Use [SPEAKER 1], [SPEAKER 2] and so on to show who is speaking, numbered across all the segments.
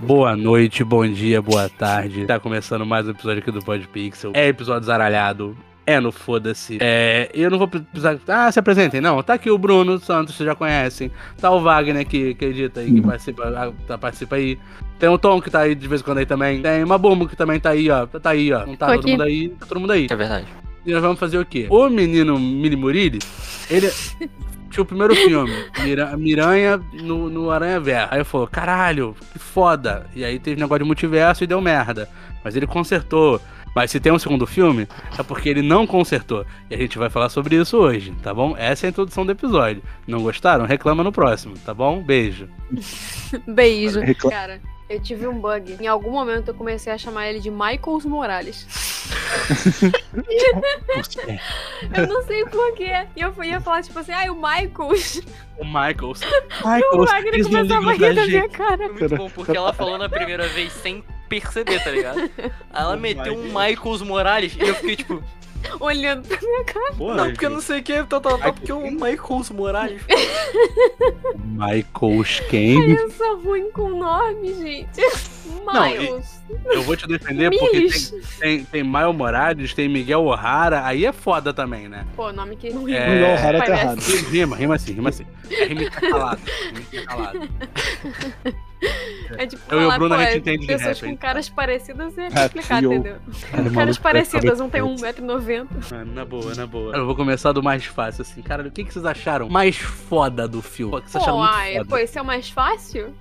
[SPEAKER 1] Boa noite, bom dia, boa tarde. Tá começando mais um episódio aqui do Pod Pixel. É episódio zaralhado. É no foda-se. É, eu não vou precisar. Ah, se apresentem. Não, tá aqui o Bruno Santos, vocês já conhecem. Tá o Wagner que, que edita
[SPEAKER 2] Hum.
[SPEAKER 1] aí, que participa, ah, tá, participa aí. Tem o Tom que tá aí de vez em quando aí também. Tem uma Bumbo que também tá aí, ó. Tá, tá aí, ó. Não tá
[SPEAKER 2] Tô
[SPEAKER 1] todo
[SPEAKER 2] aqui.
[SPEAKER 1] mundo aí, tá todo mundo aí.
[SPEAKER 3] É verdade.
[SPEAKER 1] E nós vamos fazer o quê? O menino Mini Murili, ele. Tinha o primeiro filme, Mira- Miranha no, no Aranha Verso. Aí eu falou, caralho, que foda. E aí teve negócio de multiverso e deu merda. Mas ele consertou. Mas se tem um segundo filme, é porque ele não consertou. E a gente vai falar sobre isso hoje, tá bom? Essa é a introdução do episódio. Não gostaram? Reclama no próximo, tá bom? Beijo.
[SPEAKER 2] Beijo.
[SPEAKER 4] Recla-
[SPEAKER 2] Cara, eu tive um bug. Em algum momento eu comecei a chamar ele de Michaels Morales. Eu não sei porquê. E eu fui- ia falar, tipo assim, ai, o Michaels.
[SPEAKER 1] O Michael.
[SPEAKER 2] o Wagner
[SPEAKER 1] um
[SPEAKER 2] começava a rir da minha cara.
[SPEAKER 3] É Muito bom, porque ela falou na primeira vez sem perceber, tá ligado? Aí Ela meteu um Michaels Morales e eu fiquei tipo,
[SPEAKER 2] Olhando pra minha cara.
[SPEAKER 3] não, porque eu não sei o que, tá, tá, tá, porque o Michaels Morales.
[SPEAKER 1] Michael quem?
[SPEAKER 2] Eu sou ruim com nome, gente.
[SPEAKER 1] e-
[SPEAKER 2] Miles.
[SPEAKER 1] Eu vou te defender porque tem,
[SPEAKER 2] Miles.
[SPEAKER 1] Tem, tem Maio Morales, tem Miguel O'Hara, aí é foda também, né?
[SPEAKER 2] Pô, nome que não
[SPEAKER 1] É.
[SPEAKER 4] Miguel O'Hara tá
[SPEAKER 2] Parece.
[SPEAKER 4] errado.
[SPEAKER 1] Rima, rima assim, rima assim. É rima intercalada. rima intercalada.
[SPEAKER 2] É tipo,
[SPEAKER 1] Eu e o
[SPEAKER 2] falar,
[SPEAKER 1] Bruno, a
[SPEAKER 2] pô,
[SPEAKER 1] gente entende de
[SPEAKER 2] pessoas
[SPEAKER 1] rap,
[SPEAKER 2] com
[SPEAKER 1] então.
[SPEAKER 2] caras parecidas é
[SPEAKER 4] Rap,
[SPEAKER 2] complicado,
[SPEAKER 4] yo.
[SPEAKER 2] entendeu?
[SPEAKER 4] Cara,
[SPEAKER 2] Caras
[SPEAKER 4] maluco,
[SPEAKER 2] parecidas,
[SPEAKER 4] sabe?
[SPEAKER 2] um tem 1,90m.
[SPEAKER 1] Ah, Na boa, na boa. Eu vou começar do mais fácil, assim. Cara, o que, que vocês acharam mais foda do filme? O que vocês acharam
[SPEAKER 2] Pô,
[SPEAKER 1] muito
[SPEAKER 2] ai,
[SPEAKER 1] foda?
[SPEAKER 2] pô, esse é o mais fácil?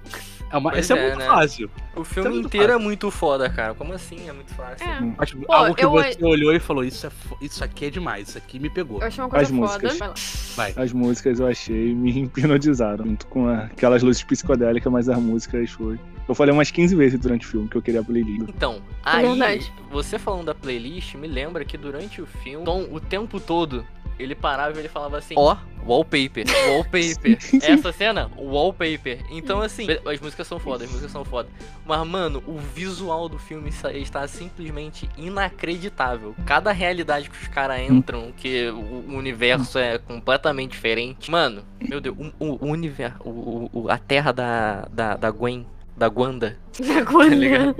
[SPEAKER 1] É uma-
[SPEAKER 3] Pois
[SPEAKER 1] Esse é,
[SPEAKER 3] é,
[SPEAKER 1] muito
[SPEAKER 3] né?
[SPEAKER 1] fácil.
[SPEAKER 3] O
[SPEAKER 1] Tá
[SPEAKER 3] filme
[SPEAKER 1] muito
[SPEAKER 3] inteiro é
[SPEAKER 1] fácil.
[SPEAKER 3] muito foda, cara. Como assim? É muito fácil.
[SPEAKER 2] É.
[SPEAKER 1] Acho-
[SPEAKER 2] Pô,
[SPEAKER 1] algo que
[SPEAKER 2] eu-
[SPEAKER 1] você olhou e falou, isso, é fo- isso aqui é demais, isso aqui me pegou.
[SPEAKER 2] Eu achei uma coisa
[SPEAKER 4] As
[SPEAKER 2] foda.
[SPEAKER 4] músicas.
[SPEAKER 2] Vai lá.
[SPEAKER 4] As músicas eu achei me hipnotizaram, junto com a- aquelas luzes psicodélicas, mas as músicas foi. Eu falei umas 15 vezes durante o filme que eu queria a playlist.
[SPEAKER 3] Então,
[SPEAKER 2] É
[SPEAKER 3] aí,
[SPEAKER 2] verdade.
[SPEAKER 3] você falando da playlist, me lembra que durante o filme, Tom, o tempo todo, ele parava e ele falava assim: Ó, wallpaper, wallpaper. É Essa cena, wallpaper. Então, assim, be- as músicas são foda, as músicas são foda. Mas, mano, o visual do filme sa- está simplesmente inacreditável. Cada realidade que os caras entram, que o o universo é completamente diferente. Mano, meu Deus, o, o universo, o, o- a terra da, da, da Gwen, da Gwanda. Tá ligado?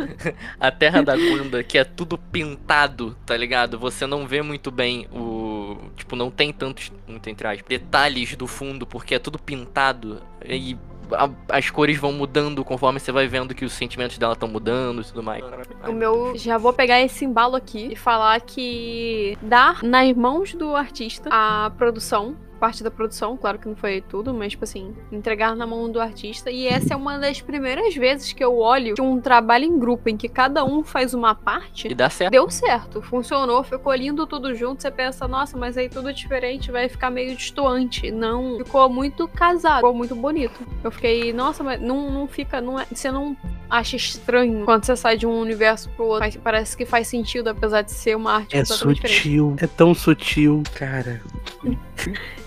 [SPEAKER 3] A terra da Gunda, que é tudo pintado, tá ligado? Você não vê muito bem o. Tipo, não tem tantos. Muito entre aspas, detalhes do fundo, porque é tudo pintado. E a- as cores vão mudando conforme você vai vendo que os sentimentos dela estão mudando e tudo mais.
[SPEAKER 2] O meu, já vou pegar esse embalo aqui e falar que dar nas mãos do artista a produção, parte da produção, claro que não foi tudo, mas tipo assim, entregar na mão do artista. E essa é uma das primeiras vezes que eu olho de um trabalho em grupo em que cada um faz uma parte.
[SPEAKER 3] E dá certo.
[SPEAKER 2] Deu certo, funcionou, ficou lindo tudo junto. Você pensa, nossa, mas aí tudo diferente vai ficar meio destoante. Não, ficou muito casado, ficou muito bonito. Eu fiquei, nossa, mas não, não fica, não é, você não acha estranho quando você sai de um universo pro outro, mas parece que faz sentido, apesar de ser uma arte
[SPEAKER 1] É
[SPEAKER 2] completamente diferente.
[SPEAKER 1] sutil, é tão sutil.
[SPEAKER 3] Cara.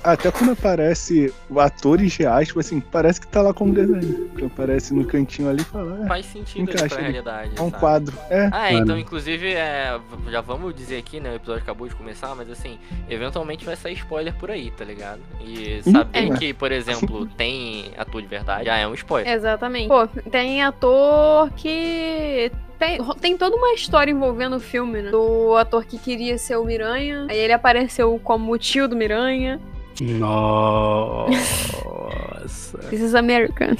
[SPEAKER 4] Até quando aparece atores reais, tipo assim, parece que tá lá como desenho. Que aparece no cantinho ali e fala,
[SPEAKER 3] Faz sentido
[SPEAKER 4] Encaixa
[SPEAKER 3] pra
[SPEAKER 4] ali.
[SPEAKER 3] realidade.
[SPEAKER 4] é, é um
[SPEAKER 3] sabe?
[SPEAKER 4] quadro. É,
[SPEAKER 3] Ah, é, então, inclusive, é, v- já vamos dizer aqui, né? O episódio acabou de começar, mas assim, eventualmente vai sair spoiler por aí, tá ligado? E
[SPEAKER 4] Hum,
[SPEAKER 3] saber
[SPEAKER 2] é.
[SPEAKER 3] que, por exemplo, tem ator de verdade já é um spoiler.
[SPEAKER 2] Exatamente. Pô, tem ator que. Tem, tem toda uma história envolvendo o filme, né? Do ator que queria ser o Miranha. Aí ele apareceu como o tio do Miranha.
[SPEAKER 1] Nossa.
[SPEAKER 2] This is American.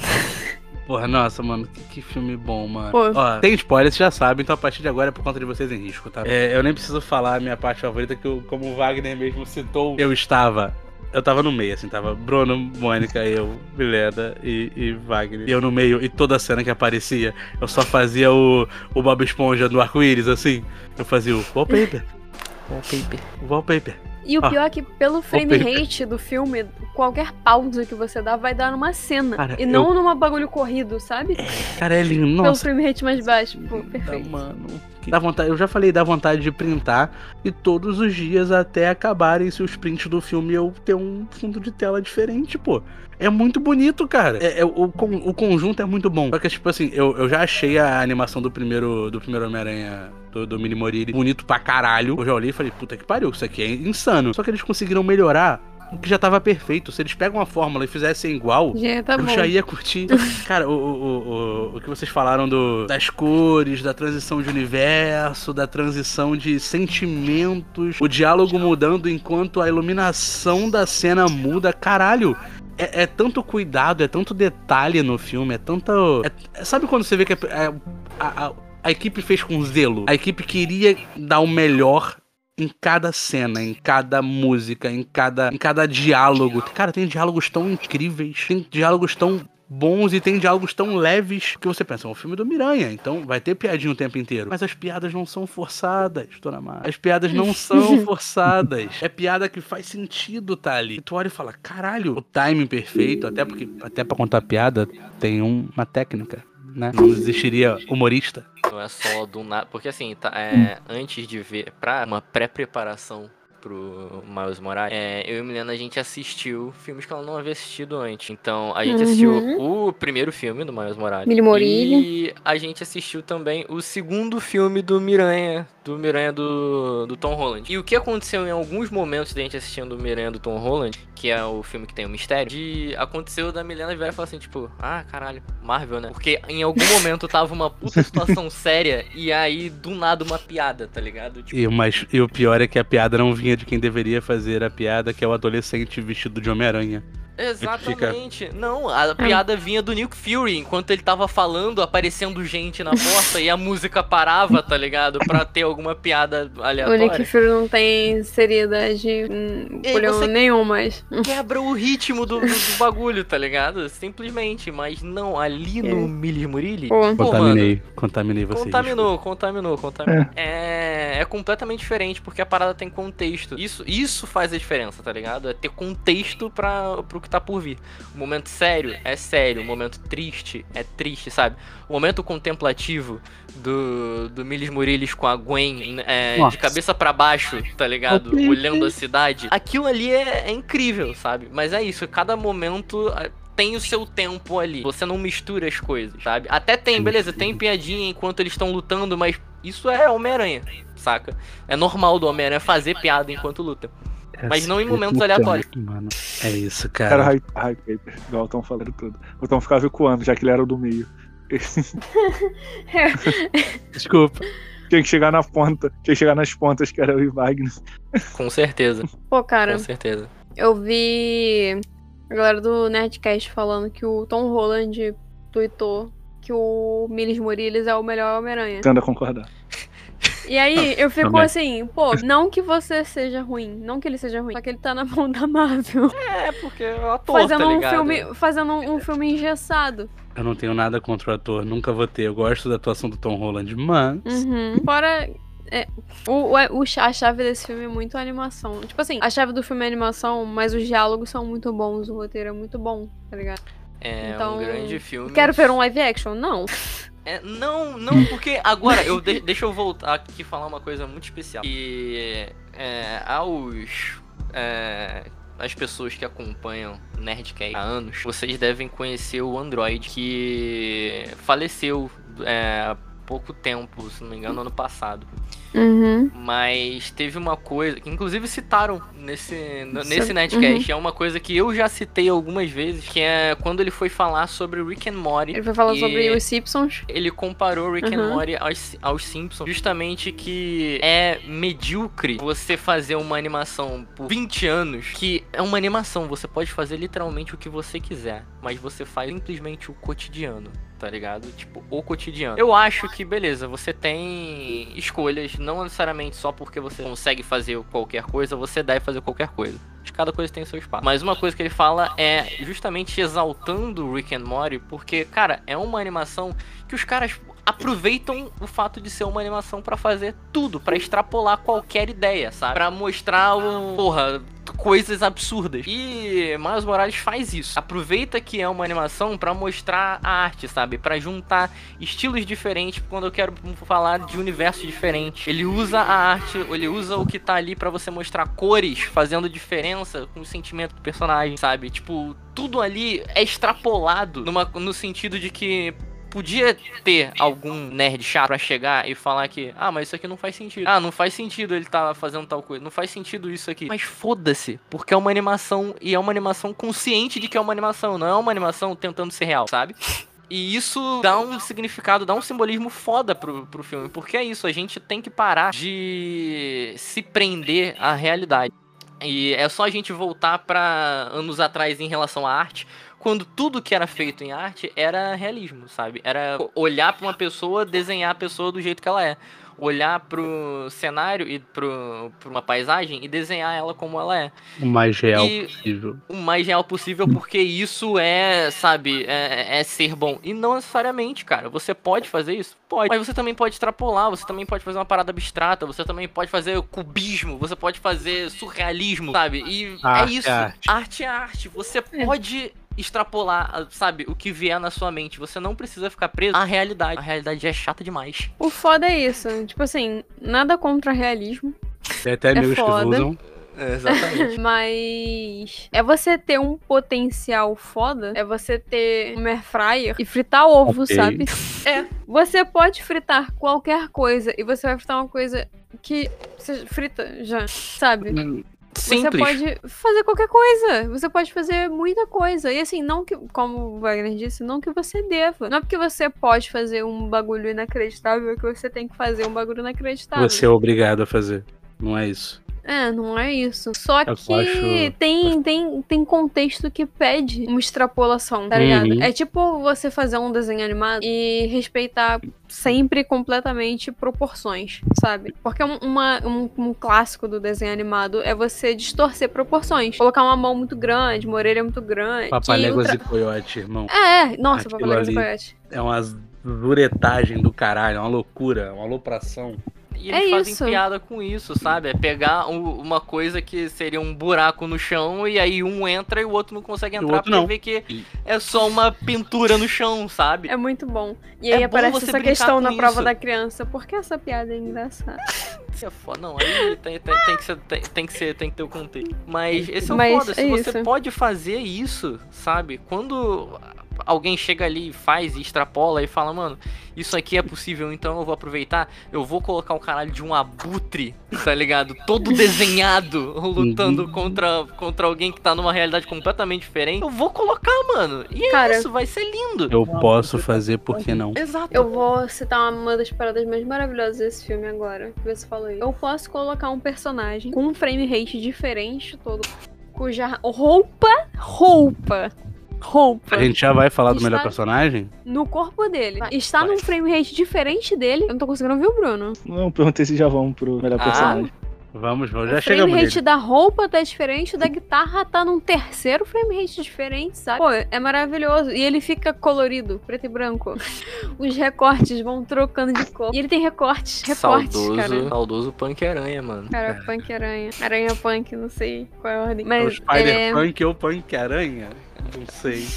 [SPEAKER 1] Porra, nossa, mano, que, que filme bom, mano.
[SPEAKER 2] Pô.
[SPEAKER 1] Ó, tem spoiler, vocês já sabem, então a partir de agora é por conta de vocês em risco, tá? É, eu nem preciso falar a minha parte favorita, que eu, como o Wagner mesmo citou, eu estava. Eu tava no meio, assim, tava Bruno, Mônica, eu, Milena e, e Wagner. E eu no meio, e toda cena que aparecia, eu só fazia o, o Bob Esponja do arco-íris, assim. Eu fazia o wallpaper,
[SPEAKER 3] Wallpaper.
[SPEAKER 1] wallpaper.
[SPEAKER 2] E o
[SPEAKER 1] Ah.
[SPEAKER 2] pior é que pelo frame
[SPEAKER 1] Opa.
[SPEAKER 2] rate do filme, qualquer pausa que você dá vai dar numa cena.
[SPEAKER 1] Cara,
[SPEAKER 2] e não numa bagulho corrido, sabe?
[SPEAKER 1] Cara, é lindo,
[SPEAKER 2] Pelo
[SPEAKER 1] nossa.
[SPEAKER 2] frame rate mais baixo. Pô,
[SPEAKER 1] Tá,
[SPEAKER 2] perfeito.
[SPEAKER 1] mano. Dá vontade, eu já falei, dá vontade de printar e todos os dias até acabarem se os prints do filme eu ter um fundo de tela diferente, pô. É muito bonito, cara. É, é- o, con- o conjunto é muito bom. Só que, tipo assim, eu, eu já achei a animação do primeiro do primeiro Homem-Aranha do, do Mini Moriri bonito pra caralho. Eu já olhei e falei, puta que pariu, isso aqui é insano. Só que eles conseguiram melhorar que já tava perfeito. Se eles pegam a fórmula e fizessem igual,
[SPEAKER 2] Já tá
[SPEAKER 1] eu
[SPEAKER 2] bom.
[SPEAKER 1] já ia curtir. Cara, o, o, o, o, o que vocês falaram do, das cores, da transição de universo, da transição de sentimentos, o diálogo mudando enquanto a iluminação da cena muda, caralho. É, é tanto cuidado, é tanto detalhe no filme, é tanta. é- é- sabe quando você vê que é- é- a, a- a equipe fez com zelo? A equipe queria dar o melhor em cada cena, em cada música, em cada, em cada diálogo. Cara, tem diálogos tão incríveis, tem diálogos tão bons e tem diálogos tão leves que você pensa, é um filme do Miranha, então vai ter piadinha o tempo inteiro. Mas as piadas não são forçadas, Dona Mar. As piadas não são forçadas. É piada que faz sentido, tá ali. E tu olha e fala, caralho, o timing perfeito, até porque até pra contar piada tem um- uma técnica, né? Não existiria humorista.
[SPEAKER 3] Não é só do nada. Porque assim, tá, é, antes de ver, pra uma pré-preparação pro Miles Morales, é, eu e a Milena a gente assistiu filmes que ela não havia assistido antes. Então, a gente assistiu o primeiro filme do Miles Morales.
[SPEAKER 5] Uhum. Milho Morilho.
[SPEAKER 3] E a gente assistiu também o segundo filme do Miranha, do Miranha do, do Tom Holland. E o que aconteceu em alguns momentos da gente assistindo o Miranha do Tom Holland, que é o filme que tem o mistério, de aconteceu da Milena virar e falar assim, tipo, ah, caralho, Marvel, né? Porque em algum momento tava uma puta situação séria e aí do nada uma piada, tá ligado? Tipo,
[SPEAKER 1] E, mas, e o pior é que a piada não vinha de quem deveria fazer a piada, que é o adolescente vestido de Homem-Aranha.
[SPEAKER 3] Exatamente. Não,
[SPEAKER 2] Ah.
[SPEAKER 3] a piada vinha do Nick Fury. Enquanto ele tava falando, aparecendo gente na porta e a música parava, tá ligado? Pra ter alguma piada
[SPEAKER 2] O Nick
[SPEAKER 3] aleatória.
[SPEAKER 2] Fury não tem seriedade hum,
[SPEAKER 3] Ei,
[SPEAKER 2] olhão
[SPEAKER 3] você-
[SPEAKER 2] nenhuma, mas.
[SPEAKER 3] Quebra o ritmo do, do- do bagulho, tá ligado? Simplesmente. Mas não, ali
[SPEAKER 2] É.
[SPEAKER 3] no Milis Murilli.
[SPEAKER 2] Pô.
[SPEAKER 3] Pô, mano,
[SPEAKER 1] contaminei, contaminei vocês.
[SPEAKER 3] contaminou, contaminou, contaminou. É. é completamente diferente porque a parada tem contexto. Isso, isso faz a diferença, tá ligado? É ter contexto para pro que tá por vir. O momento sério é sério, o momento triste é triste, sabe? O momento contemplativo do, do Miles Murilis com a Gwen é, de
[SPEAKER 1] Nossa.
[SPEAKER 3] cabeça pra baixo, tá ligado?
[SPEAKER 1] Ok.
[SPEAKER 3] Olhando a cidade. Aquilo ali é, é incrível, sabe? Mas é isso, cada momento ah, tem o seu tempo ali. Você não mistura as coisas, sabe? Até tem, beleza, tem piadinha enquanto eles estão lutando, mas isso é Homem-Aranha, saca? É normal do Homem-Aranha fazer piada enquanto luta. Mas não em momentos aleatórios.
[SPEAKER 1] Mano, é isso,
[SPEAKER 4] Era
[SPEAKER 1] cara.
[SPEAKER 4] hype, hype, paper, igual o Tom falando tudo. O Tom ficava ecoando, já que ele era o do meio.
[SPEAKER 1] Desculpa.
[SPEAKER 4] Tinha que chegar na ponta, tinha que chegar nas pontas, que era o Wagner.
[SPEAKER 3] Com certeza,
[SPEAKER 2] Pô, cara,
[SPEAKER 3] com certeza.
[SPEAKER 2] eu vi a galera do Nerdcast falando que o Tom Holland tweetou que o Miles Moriles é o melhor Homem-Aranha.
[SPEAKER 4] Tendo a concordar.
[SPEAKER 2] E aí eu fico
[SPEAKER 1] também.
[SPEAKER 2] assim, pô, não que você seja ruim, não que ele seja ruim, só que ele tá na mão da Marvel.
[SPEAKER 3] É, porque é o ator,
[SPEAKER 2] fazendo
[SPEAKER 3] tá
[SPEAKER 2] um
[SPEAKER 3] ligado?
[SPEAKER 2] filme, fazendo um, um filme engessado.
[SPEAKER 1] Eu não tenho nada contra o ator, nunca vou ter. Eu gosto da atuação do Tom Holland, mas.
[SPEAKER 2] Uhum. Fora. é, o, o- o- a chave desse filme é muito a animação. Tipo assim, a chave do filme é a animação, mas os diálogos são muito bons, o roteiro é muito bom, tá ligado?
[SPEAKER 3] É
[SPEAKER 2] Então,
[SPEAKER 3] um grande filme.
[SPEAKER 2] Quero ver um live action? Não.
[SPEAKER 3] É, não, não, porque agora, eu de- deixa eu voltar aqui e falar uma coisa muito especial. E é, aos. É, as pessoas que acompanham Nerdcast há anos, vocês devem conhecer o Android que faleceu é, há pouco tempo, se não me engano, ano passado.
[SPEAKER 2] Uhum.
[SPEAKER 3] Mas teve uma coisa que, inclusive, citaram nesse, n-
[SPEAKER 2] Sim.
[SPEAKER 3] nesse Nerdcast. É uma coisa que eu já citei algumas vezes, que é quando ele foi falar sobre Rick and Morty
[SPEAKER 2] Ele foi falar
[SPEAKER 3] E-
[SPEAKER 2] sobre os Simpsons.
[SPEAKER 3] ele comparou Rick and
[SPEAKER 2] Uhum.
[SPEAKER 3] Morty aos, aos Simpsons, justamente que é medíocre você fazer uma animação por 20 anos, que é uma animação, você pode fazer literalmente o que você quiser, mas você faz simplesmente o cotidiano. Tá ligado? Tipo, o cotidiano. Eu acho que, beleza, você tem escolhas, não necessariamente só porque você consegue fazer qualquer coisa, você deve fazer qualquer coisa. Acho que Cada coisa tem seu espaço. Mas uma coisa que ele fala é justamente exaltando o Rick and Morty, porque, cara, é uma animação que os caras aproveitam o fato de ser uma animação pra fazer tudo, pra extrapolar qualquer ideia, sabe? Pra mostrar o porra coisas absurdas. E Miles Morales faz isso. Aproveita que é uma animação pra mostrar a arte, sabe? Pra juntar estilos diferentes quando eu quero falar de universo diferente. Ele usa a arte, ele usa o que tá ali pra você mostrar cores, fazendo diferença com o sentimento do personagem, sabe? Tipo, tudo ali é extrapolado numa, no sentido de que podia ter algum nerd chato pra chegar e falar que, ah, mas isso aqui não faz sentido. Ah, não faz sentido ele tá fazendo tal coisa. Não faz sentido isso aqui. Mas foda-se, porque é uma animação e é uma animação consciente de que é uma animação, não é uma animação tentando ser real, sabe? E isso dá um significado, dá um simbolismo foda pro, pro filme. Porque é isso, a gente tem que parar de se prender à realidade. E é só a gente voltar pra anos atrás em relação à arte, quando tudo que era feito em arte era realismo, sabe? Era olhar pra uma pessoa, desenhar a pessoa do jeito que ela é. Olhar pro cenário e pro, pra uma paisagem e desenhar ela como ela é
[SPEAKER 1] O mais real
[SPEAKER 3] E-
[SPEAKER 1] possível.
[SPEAKER 3] o mais real possível, porque isso é, sabe, é, é ser bom. E não necessariamente, cara. Você pode fazer isso? Pode. Mas você também pode extrapolar, você também pode fazer uma parada abstrata, você também pode fazer cubismo, você pode fazer surrealismo, sabe? E
[SPEAKER 1] Arte
[SPEAKER 3] é
[SPEAKER 1] é
[SPEAKER 3] isso.
[SPEAKER 1] arte.
[SPEAKER 3] arte é arte. Você pode extrapolar, ah, sabe, o que vier na sua mente. Você não precisa ficar preso à realidade. A realidade é chata demais.
[SPEAKER 2] O foda é isso. Tipo assim, nada contra realismo.
[SPEAKER 1] Tem até amigos que
[SPEAKER 2] foda.
[SPEAKER 1] usam.
[SPEAKER 3] é exatamente.
[SPEAKER 2] Mas é você ter um potencial foda, é você ter um air fryer e fritar ovo,
[SPEAKER 1] Ok.
[SPEAKER 2] sabe?
[SPEAKER 3] É.
[SPEAKER 2] Você pode fritar qualquer coisa e você vai fritar uma coisa que você frita já, sabe? Você
[SPEAKER 3] Simples.
[SPEAKER 2] pode fazer qualquer coisa. Você pode fazer muita coisa. E assim, não que, como o Wagner disse, não que você deva. Não é porque você pode fazer um bagulho inacreditável que você tem que fazer um bagulho inacreditável.
[SPEAKER 1] Você é obrigado a fazer. Não é isso.
[SPEAKER 2] É, não é isso. Só
[SPEAKER 1] Eu
[SPEAKER 2] que
[SPEAKER 1] acho-
[SPEAKER 2] tem, tem, tem contexto que pede uma extrapolação, tá
[SPEAKER 1] Uhum.
[SPEAKER 2] ligado? É tipo você fazer um desenho animado e respeitar sempre completamente proporções, sabe? Porque um- uma, um, um clássico do desenho animado é você distorcer proporções. Colocar uma mão muito grande, uma orelha muito grande.
[SPEAKER 1] Papaléguas
[SPEAKER 2] que
[SPEAKER 1] e coiote, irmão.
[SPEAKER 2] o tra- É, é, nossa,
[SPEAKER 1] Aquilo
[SPEAKER 2] papaléguas e
[SPEAKER 1] ali.
[SPEAKER 2] coiote.
[SPEAKER 1] É uma duretagem do caralho, é uma loucura, é uma alopração.
[SPEAKER 3] E
[SPEAKER 2] É
[SPEAKER 3] eles fazem
[SPEAKER 2] isso.
[SPEAKER 3] piada com isso, sabe? É pegar o- uma coisa que seria um buraco no chão e aí um entra e o outro não consegue
[SPEAKER 1] E o
[SPEAKER 3] entrar
[SPEAKER 1] outro
[SPEAKER 3] porque
[SPEAKER 1] não.
[SPEAKER 3] vê que
[SPEAKER 1] E-
[SPEAKER 3] é só uma pintura no chão, sabe?
[SPEAKER 2] É muito bom. E
[SPEAKER 3] É
[SPEAKER 2] aí
[SPEAKER 3] bom
[SPEAKER 2] aparece
[SPEAKER 3] você
[SPEAKER 2] essa
[SPEAKER 3] brincar
[SPEAKER 2] questão
[SPEAKER 3] com
[SPEAKER 2] na prova
[SPEAKER 3] isso.
[SPEAKER 2] da criança. Por que essa piada é engraçada?
[SPEAKER 3] Isso é foda. Não, aí tem, tem- tem que ser, tem, tem que ser, tem que ter o contexto. Mas esse é o
[SPEAKER 2] Mas
[SPEAKER 3] foda. Se
[SPEAKER 2] é
[SPEAKER 3] você
[SPEAKER 2] isso.
[SPEAKER 3] pode fazer isso, sabe? Quando alguém chega ali e faz e extrapola e fala, mano, isso aqui é possível, então eu vou aproveitar, eu vou colocar o caralho de um abutre, tá ligado? Todo desenhado, lutando
[SPEAKER 2] Uhum.
[SPEAKER 3] contra, contra alguém que tá numa realidade completamente diferente. Eu vou colocar, mano. E é
[SPEAKER 2] Cara.
[SPEAKER 3] isso, vai ser lindo.
[SPEAKER 1] Eu posso fazer, por que não?
[SPEAKER 3] Exato.
[SPEAKER 2] Eu vou citar uma das paradas mais maravilhosas desse filme agora. que Você falou isso. Eu posso colocar um personagem com um frame rate diferente todo, cuja roupa, roupa, roupa
[SPEAKER 1] A gente já vai falar do melhor
[SPEAKER 2] Está-
[SPEAKER 1] personagem?
[SPEAKER 2] no corpo dele está
[SPEAKER 3] vai.
[SPEAKER 2] num frame rate diferente dele. Eu não tô conseguindo ouvir o Bruno.
[SPEAKER 4] Não, perguntei se já vão pro melhor
[SPEAKER 3] Ah.
[SPEAKER 4] personagem.
[SPEAKER 1] Vamos, vamos,
[SPEAKER 2] o
[SPEAKER 1] já
[SPEAKER 2] frame
[SPEAKER 1] chegamos
[SPEAKER 2] rate
[SPEAKER 1] nele. É
[SPEAKER 2] da roupa tá diferente, o da guitarra tá num terceiro frame rate diferente, sabe? Pô, é maravilhoso. E ele fica colorido, preto e branco. Os recortes vão trocando de cor. E ele tem recortes, recortes,
[SPEAKER 3] Saudoso,
[SPEAKER 2] cara.
[SPEAKER 3] saudoso punk aranha, mano.
[SPEAKER 2] Cara, punk aranha. Aranha punk, não sei qual é a ordem.
[SPEAKER 1] É O
[SPEAKER 2] É. Mas é...
[SPEAKER 1] Spider-Punk ou Punk-Aranha? Não sei.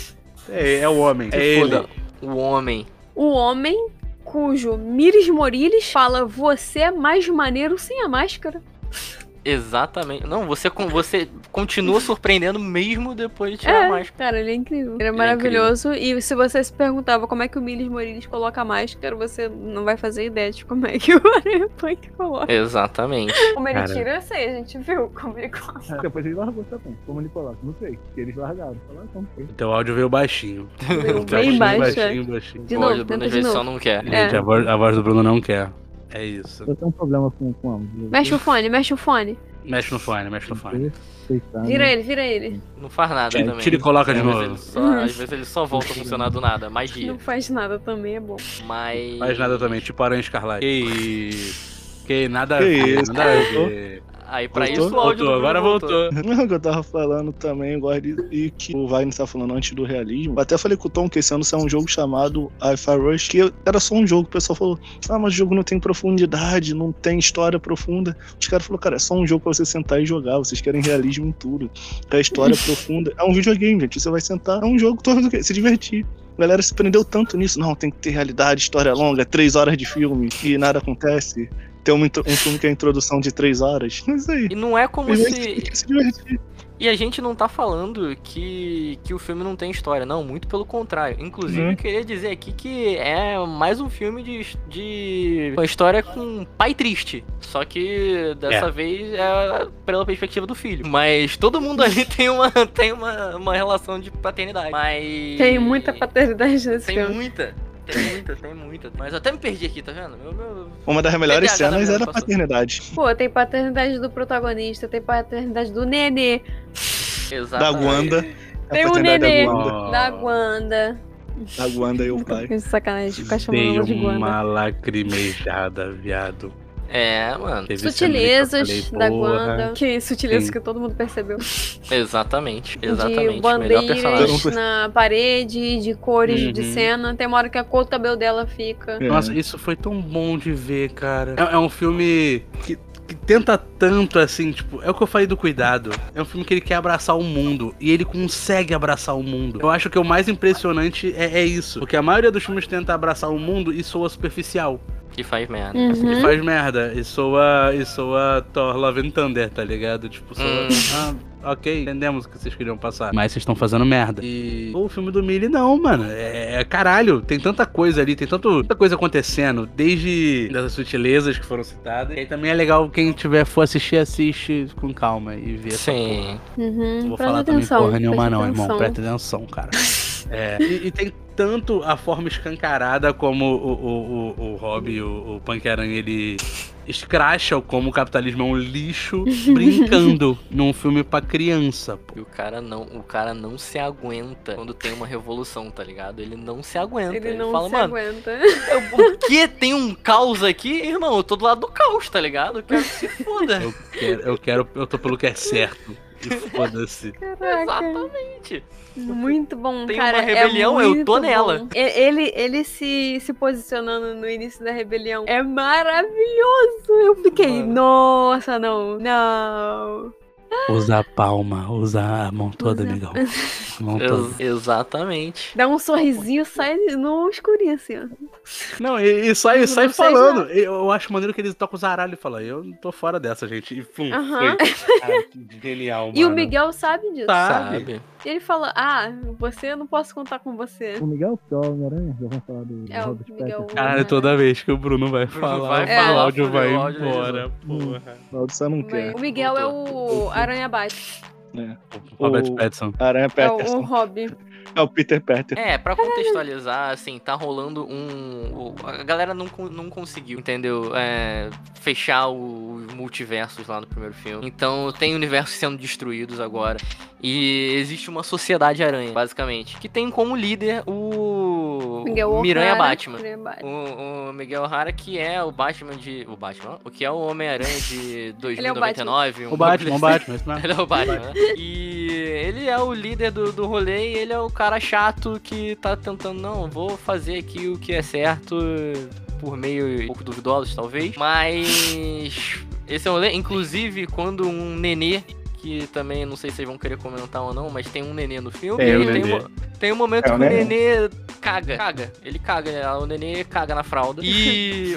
[SPEAKER 1] É, é o homem. É ele.
[SPEAKER 3] Foda. O homem.
[SPEAKER 2] o homem cujo Mires Moriles fala você é mais maneiro sem a máscara.
[SPEAKER 3] Exatamente. Não, você, con- você continua surpreendendo mesmo depois de tirar a
[SPEAKER 2] É,
[SPEAKER 3] máscara.
[SPEAKER 2] cara, ele é incrível. Ele é
[SPEAKER 3] incrível.
[SPEAKER 2] maravilhoso. e se você se perguntava como é que o Mires Moriles coloca a máscara, você não vai fazer ideia de como é que o aranha punk coloca.
[SPEAKER 3] Exatamente.
[SPEAKER 2] Como ele
[SPEAKER 1] Cara.
[SPEAKER 2] tira, eu sei, a gente viu como ele coloca.
[SPEAKER 4] Depois ele largou também. Como ele coloca? Não sei. Eles largaram. Falaram, "Ah, então não sei.
[SPEAKER 1] Teu Então áudio veio baixinho. Baixinho,
[SPEAKER 2] Veio bem baixa.
[SPEAKER 1] Baixinho, baixinho.
[SPEAKER 2] De
[SPEAKER 3] Pô,
[SPEAKER 2] novo,
[SPEAKER 3] o Bruno
[SPEAKER 2] tenta
[SPEAKER 3] às
[SPEAKER 2] de
[SPEAKER 3] vezes
[SPEAKER 2] novo.
[SPEAKER 3] só não quer.
[SPEAKER 2] É.
[SPEAKER 1] Gente, a voz, a voz do Bruno não quer. É isso.
[SPEAKER 4] Eu tenho um problema com, com ambos.
[SPEAKER 2] Mexe o fone, mexe o fone.
[SPEAKER 1] Mexe no fone, mexe no fone.
[SPEAKER 2] Vira ele, vira ele.
[SPEAKER 3] Não faz nada
[SPEAKER 1] Tira-
[SPEAKER 3] também.
[SPEAKER 1] tira e coloca de
[SPEAKER 3] Às vezes
[SPEAKER 1] novo.
[SPEAKER 3] ele só-
[SPEAKER 2] Uhum.
[SPEAKER 3] às vezes ele só volta a funcionar do nada. Magia.
[SPEAKER 2] Não faz nada também, é bom.
[SPEAKER 3] Mas.
[SPEAKER 1] Faz nada também, tipo Aranha Escarlate. Que isso. Que nada a
[SPEAKER 4] Que
[SPEAKER 1] ver,
[SPEAKER 4] isso,
[SPEAKER 1] nada a
[SPEAKER 4] voltou?
[SPEAKER 1] ver.
[SPEAKER 3] Aí pra
[SPEAKER 4] Voltou?
[SPEAKER 3] isso o áudio. do
[SPEAKER 1] Voltou,
[SPEAKER 3] Bruno
[SPEAKER 1] agora voltou.
[SPEAKER 4] Não, o que eu tava falando também, guarde, e que o Wagner tá falando antes do realismo. Eu até falei com o Tom que esse ano saiu um jogo chamado Hi-Fi Rush, que era só um jogo. O pessoal falou, ah, mas o jogo não tem profundidade, não tem história profunda. Os caras falaram, cara, é só um jogo pra você sentar e jogar. Vocês querem realismo em tudo. Quer história profunda. É um videogame, gente. Você vai sentar, é um jogo, tu vai fazer o quê? Se divertir. A galera se prendeu tanto nisso. Não, tem que ter realidade, história longa, três horas de filme e nada acontece. Tem um, intro- um filme que é a introdução de três horas. Mas aí.
[SPEAKER 3] E não é como
[SPEAKER 4] a gente
[SPEAKER 3] se.
[SPEAKER 4] tem que se divertir.
[SPEAKER 3] E a gente não tá falando que, que o filme não tem história, não, muito pelo contrário. Inclusive,
[SPEAKER 4] Uhum.
[SPEAKER 3] eu queria dizer aqui que é mais um filme de, de uma história com um pai triste. Só que dessa vez é pela perspectiva do filho. Mas todo mundo ali tem uma, tem uma, uma relação de paternidade. Mas.
[SPEAKER 2] Tem muita paternidade nesse
[SPEAKER 3] Tem
[SPEAKER 2] filme.
[SPEAKER 3] muita. Tem muita, tem muita. Mas eu até me perdi aqui, tá vendo? Meu- meu-
[SPEAKER 4] Uma das melhores
[SPEAKER 3] TDAH
[SPEAKER 4] cenas
[SPEAKER 3] também,
[SPEAKER 4] era a
[SPEAKER 3] passou.
[SPEAKER 4] paternidade.
[SPEAKER 2] Pô, tem paternidade do protagonista, tem paternidade do nenê,
[SPEAKER 4] Da
[SPEAKER 3] Exatamente.
[SPEAKER 4] Wanda. A
[SPEAKER 2] Tem um
[SPEAKER 4] paternidade
[SPEAKER 2] nenê.
[SPEAKER 4] da Wanda.
[SPEAKER 1] Ah.
[SPEAKER 2] da Guanda.
[SPEAKER 4] Da Wanda e o pai.
[SPEAKER 2] Que sacanagem de ficar chamando
[SPEAKER 1] Dei
[SPEAKER 2] ela de Guanda.
[SPEAKER 1] uma lacrimejada, viado.
[SPEAKER 3] É, mano.
[SPEAKER 1] Teve semana
[SPEAKER 2] Sutilezas
[SPEAKER 1] que eu falei,
[SPEAKER 2] da
[SPEAKER 1] porra.
[SPEAKER 2] Guanda. Que sutilezas
[SPEAKER 1] Sim.
[SPEAKER 2] que todo mundo percebeu.
[SPEAKER 3] Exatamente.
[SPEAKER 2] De
[SPEAKER 3] Exatamente. Melhor personagem.
[SPEAKER 2] bandeiras na parede, de cores de
[SPEAKER 1] Uhum.
[SPEAKER 2] cena. Tem uma hora que a cor do cabelo dela fica.
[SPEAKER 4] É.
[SPEAKER 1] Nossa, isso foi tão bom de ver, cara. É, é um filme que, que tenta tanto, assim, tipo, é o que eu falei do cuidado. É um filme que ele quer abraçar o mundo. E ele consegue abraçar o mundo. Eu acho que o mais impressionante é, é isso. Porque a maioria dos filmes tenta abraçar o mundo e soa superficial.
[SPEAKER 3] Que faz merda.
[SPEAKER 1] E
[SPEAKER 2] Uhum.
[SPEAKER 1] faz merda. E soa. E soa Thor Love and Thunder, tá ligado? Tipo, soa.
[SPEAKER 3] Hum.
[SPEAKER 1] Ah, ok, entendemos o que vocês queriam passar. Mas vocês estão fazendo merda. E. Pô, o filme do Millie não, mano. É, é caralho. Tem tanta coisa ali, tem tanto, tanta coisa acontecendo. Desde das sutilezas que foram citadas. E aí também é legal quem tiver for assistir, assiste com calma e vê essa porra.
[SPEAKER 3] Sim.
[SPEAKER 2] Uhum.
[SPEAKER 1] Não vou
[SPEAKER 2] Presta
[SPEAKER 1] falar também
[SPEAKER 2] atenção,
[SPEAKER 1] porra nenhuma,
[SPEAKER 2] presta
[SPEAKER 1] não, irmão.
[SPEAKER 2] atenção.
[SPEAKER 1] Presta atenção, cara. É, e, e tem tanto a forma escancarada como o, o, o, o Rob, o, o Panqueran, ele escracha como o capitalismo é um lixo brincando num filme pra criança, pô.
[SPEAKER 3] E o cara não, o cara não se aguenta quando tem uma revolução, tá ligado? Ele não se aguenta. Ele,
[SPEAKER 2] Ele não
[SPEAKER 3] fala,
[SPEAKER 2] se
[SPEAKER 3] mano,
[SPEAKER 2] aguenta.
[SPEAKER 3] eu- o que tem um caos aqui? Irmão, eu tô do lado do caos, tá ligado? Eu quero que se foda.
[SPEAKER 1] Eu quero, eu quero, eu tô pelo que é certo. E foda-se.
[SPEAKER 2] Caraca.
[SPEAKER 3] Exatamente.
[SPEAKER 2] Muito bom,
[SPEAKER 3] Tem
[SPEAKER 2] cara.
[SPEAKER 3] uma rebelião,
[SPEAKER 2] é
[SPEAKER 3] eu
[SPEAKER 2] muito
[SPEAKER 3] tô nela.
[SPEAKER 2] bom. E- Ele, ele se, se posicionando no início da rebelião é maravilhoso. Eu fiquei,
[SPEAKER 3] Mano.
[SPEAKER 2] nossa, não, não.
[SPEAKER 1] Usa a palma, usa a mão toda,
[SPEAKER 2] Usa.
[SPEAKER 1] amigão. A mão toda.
[SPEAKER 3] Ex- exatamente.
[SPEAKER 2] Dá um sorrisinho, sai no escurinho assim, ó.
[SPEAKER 1] Não, e, e sai,
[SPEAKER 2] Eu
[SPEAKER 1] sai
[SPEAKER 2] não sei é.
[SPEAKER 1] falando. Eu, eu acho maneiro que eles tocam o zaralho e falam, eu não tô fora dessa, gente. E pum,
[SPEAKER 2] Aham.
[SPEAKER 1] foi. Cara, que genial, mano.
[SPEAKER 2] E o Miguel sabe disso.
[SPEAKER 1] Tá.
[SPEAKER 3] Sabe?
[SPEAKER 2] E ele fala, ah, você, eu não posso contar com você.
[SPEAKER 4] O Miguel que é o Homem-Aranha, já vamos falar do
[SPEAKER 2] É, o Miguel.
[SPEAKER 1] Caralho, toda vez que o Bruno vai
[SPEAKER 3] Bruno
[SPEAKER 1] falar,
[SPEAKER 2] vai né? falar,
[SPEAKER 1] o áudio
[SPEAKER 3] fudeu,
[SPEAKER 1] vai
[SPEAKER 3] o
[SPEAKER 2] é
[SPEAKER 3] áudio
[SPEAKER 1] embora, porra.
[SPEAKER 4] Maldição não quer.
[SPEAKER 2] O Miguel é o Aranha Bate, Hum.
[SPEAKER 1] Robert
[SPEAKER 4] O-
[SPEAKER 1] Pattinson.
[SPEAKER 4] Aranha
[SPEAKER 2] é o, o
[SPEAKER 4] Peterson.
[SPEAKER 2] Robin.
[SPEAKER 4] É o Peter Peter.
[SPEAKER 3] É, pra contextualizar, assim, tá rolando um. o- A galera não, con- não conseguiu, entendeu? É, fechar o- os multiversos lá no primeiro filme. Então tem universos sendo destruídos agora. E existe uma sociedade aranha, basicamente. Que tem como líder o.
[SPEAKER 2] Miguel
[SPEAKER 3] Miranha
[SPEAKER 2] O'Hara,
[SPEAKER 3] Batman.
[SPEAKER 2] Miranha Batman.
[SPEAKER 3] O, o Miguel O'Hara, que é o Batman de. O Batman? O que é o Homem-Aranha de
[SPEAKER 2] é o Batman.
[SPEAKER 3] 2099?
[SPEAKER 1] O Batman, o Batman, isso mesmo.
[SPEAKER 3] Ele é o Batman. né? E ele é o líder do, do rolê e ele é o cara chato que tá tentando, não, vou fazer aqui o que é certo, por meio um pouco duvidosos, talvez. Mas esse é um rolê. Inclusive, quando um nenê, que também não sei se vocês vão querer comentar ou não, mas tem um nenê no filme.
[SPEAKER 1] Tem
[SPEAKER 3] e
[SPEAKER 1] um
[SPEAKER 3] tem,
[SPEAKER 1] nenê.
[SPEAKER 3] mo- tem um momento
[SPEAKER 4] É
[SPEAKER 3] que
[SPEAKER 4] o
[SPEAKER 3] o
[SPEAKER 4] nenê.
[SPEAKER 3] nenê caga. Caga. Ele caga, né? O nenê caga na fralda. E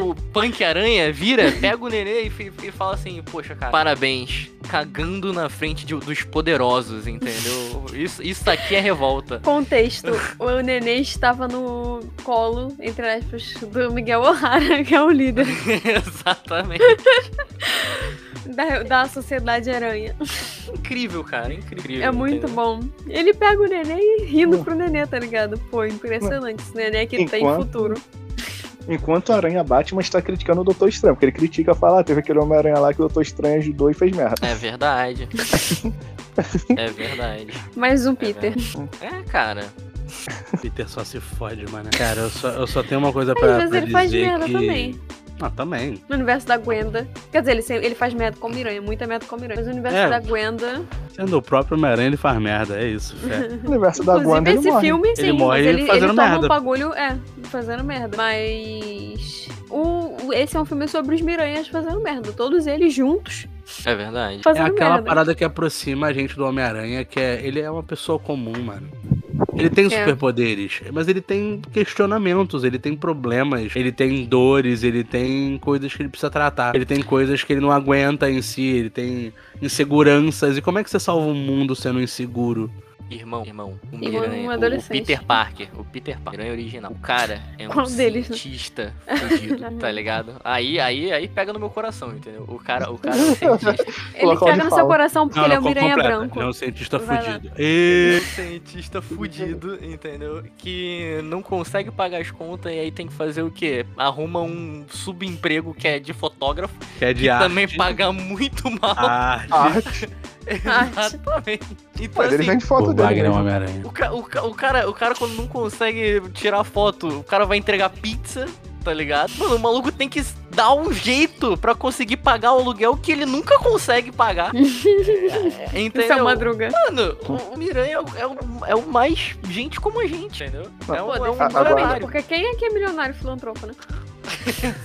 [SPEAKER 3] o Punk Aranha vira, pega o nenê e, fi- e fala assim: Poxa, cara, parabéns. Cagando na frente de- um, dos poderosos, entendeu? Isso, isso aqui é revolta.
[SPEAKER 2] Contexto, o neném estava no colo, entre aspas, do Miguel O'Hara, que é o líder
[SPEAKER 3] Exatamente.
[SPEAKER 2] da, da Sociedade Aranha.
[SPEAKER 3] Incrível, cara. Incrível.
[SPEAKER 2] É muito
[SPEAKER 3] entendeu?
[SPEAKER 2] bom. Ele pega o neném e rindo pro neném, tá ligado? Pô, impressionante. Esse neném que tem
[SPEAKER 4] Enquanto-
[SPEAKER 2] futuro.
[SPEAKER 4] Enquanto o Aranha Batman está criticando o Doutor Estranho, porque ele critica fala, ah, teve aquele Homem-Aranha lá que o Doutor Estranho ajudou e fez merda.
[SPEAKER 3] É verdade. é verdade.
[SPEAKER 2] Mais um
[SPEAKER 3] É
[SPEAKER 2] Peter.
[SPEAKER 3] É, cara.
[SPEAKER 1] é Peter só se fode, mano. Cara, eu só, eu só tenho uma coisa
[SPEAKER 2] Às
[SPEAKER 1] pra,
[SPEAKER 2] vezes
[SPEAKER 1] é. pra
[SPEAKER 2] ele faz
[SPEAKER 1] dizer
[SPEAKER 2] merda
[SPEAKER 1] que...
[SPEAKER 2] também.
[SPEAKER 1] Ah, também.
[SPEAKER 2] No universo da Gwenda. Quer dizer, ele, se- ele faz merda com o Miranha, muita merda com o Miranha. Mas no universo
[SPEAKER 1] É.
[SPEAKER 2] da Gwenda.
[SPEAKER 1] Sendo o próprio Homem-Aranha, ele faz merda, é isso, fé.
[SPEAKER 4] O universo da
[SPEAKER 2] Inclusive,
[SPEAKER 4] Wanda, ele
[SPEAKER 2] esse
[SPEAKER 4] morre.
[SPEAKER 2] filme, sim,
[SPEAKER 1] morre
[SPEAKER 2] mas ele, ele
[SPEAKER 1] fazendo
[SPEAKER 2] toma
[SPEAKER 1] merda.
[SPEAKER 2] um bagulho, é, fazendo merda. Mas. O, o- esse é um filme sobre os Miranhas fazendo merda. Todos eles juntos
[SPEAKER 3] É verdade.
[SPEAKER 1] É
[SPEAKER 2] fazendo
[SPEAKER 1] aquela
[SPEAKER 2] merda.
[SPEAKER 1] parada que aproxima a gente do Homem-Aranha, que é... Ele é uma pessoa comum, mano. Ele tem
[SPEAKER 2] É.
[SPEAKER 1] superpoderes, mas ele tem questionamentos, ele tem problemas, ele tem dores, ele tem coisas que ele precisa tratar, ele tem coisas que ele não aguenta em si, ele tem inseguranças. E como é que você salva o mundo sendo inseguro?
[SPEAKER 3] Irmão, irmão, o
[SPEAKER 2] Irmão um
[SPEAKER 3] Miranha, o- o
[SPEAKER 2] adolescente.
[SPEAKER 3] Peter Parker, o Peter Parker, Miranha original. O cara é um
[SPEAKER 2] Qual deles, né?
[SPEAKER 3] cientista fudido, tá ligado? Aí, aí, aí pega no meu coração, entendeu? O cara, o cara é um cientista,
[SPEAKER 2] Ele
[SPEAKER 5] Colocar
[SPEAKER 2] pega
[SPEAKER 5] onde
[SPEAKER 2] no seu
[SPEAKER 5] fala.
[SPEAKER 2] coração porque ele é um miranha branco.
[SPEAKER 1] Ele é um cientista
[SPEAKER 2] Vai lá.
[SPEAKER 1] fudido.
[SPEAKER 3] um
[SPEAKER 1] E...
[SPEAKER 3] cientista fudido, entendeu? Que não consegue pagar as contas e aí tem que fazer o quê? Arruma um subemprego que é de fotógrafo,
[SPEAKER 1] Que é de
[SPEAKER 3] que
[SPEAKER 1] arte.
[SPEAKER 3] também paga muito mal.
[SPEAKER 1] arte.
[SPEAKER 5] Arte.
[SPEAKER 1] um-
[SPEAKER 2] Ah,
[SPEAKER 3] Exatamente. Então,
[SPEAKER 5] Pô, ele
[SPEAKER 3] assim,
[SPEAKER 5] vende foto
[SPEAKER 1] o Wagner é
[SPEAKER 5] dele.
[SPEAKER 1] um
[SPEAKER 5] né?
[SPEAKER 1] Homem-Aranha.
[SPEAKER 3] O, ca- o ca- o cara, o cara, quando não consegue tirar foto, o cara vai entregar pizza, tá ligado? Mano, o maluco tem que dar um jeito pra conseguir pagar o aluguel que ele nunca consegue pagar. É, é,
[SPEAKER 2] Isso é
[SPEAKER 1] um-
[SPEAKER 3] entendeu?
[SPEAKER 2] madruga.
[SPEAKER 3] Mano, o- o Miranha é o, é o- é o mais gente como a gente, entendeu? É um,
[SPEAKER 2] Pô,
[SPEAKER 3] é um
[SPEAKER 5] Ah, agora-
[SPEAKER 2] definitivamente,
[SPEAKER 3] milionário.
[SPEAKER 2] porque quem aqui é milionário filantropo, né?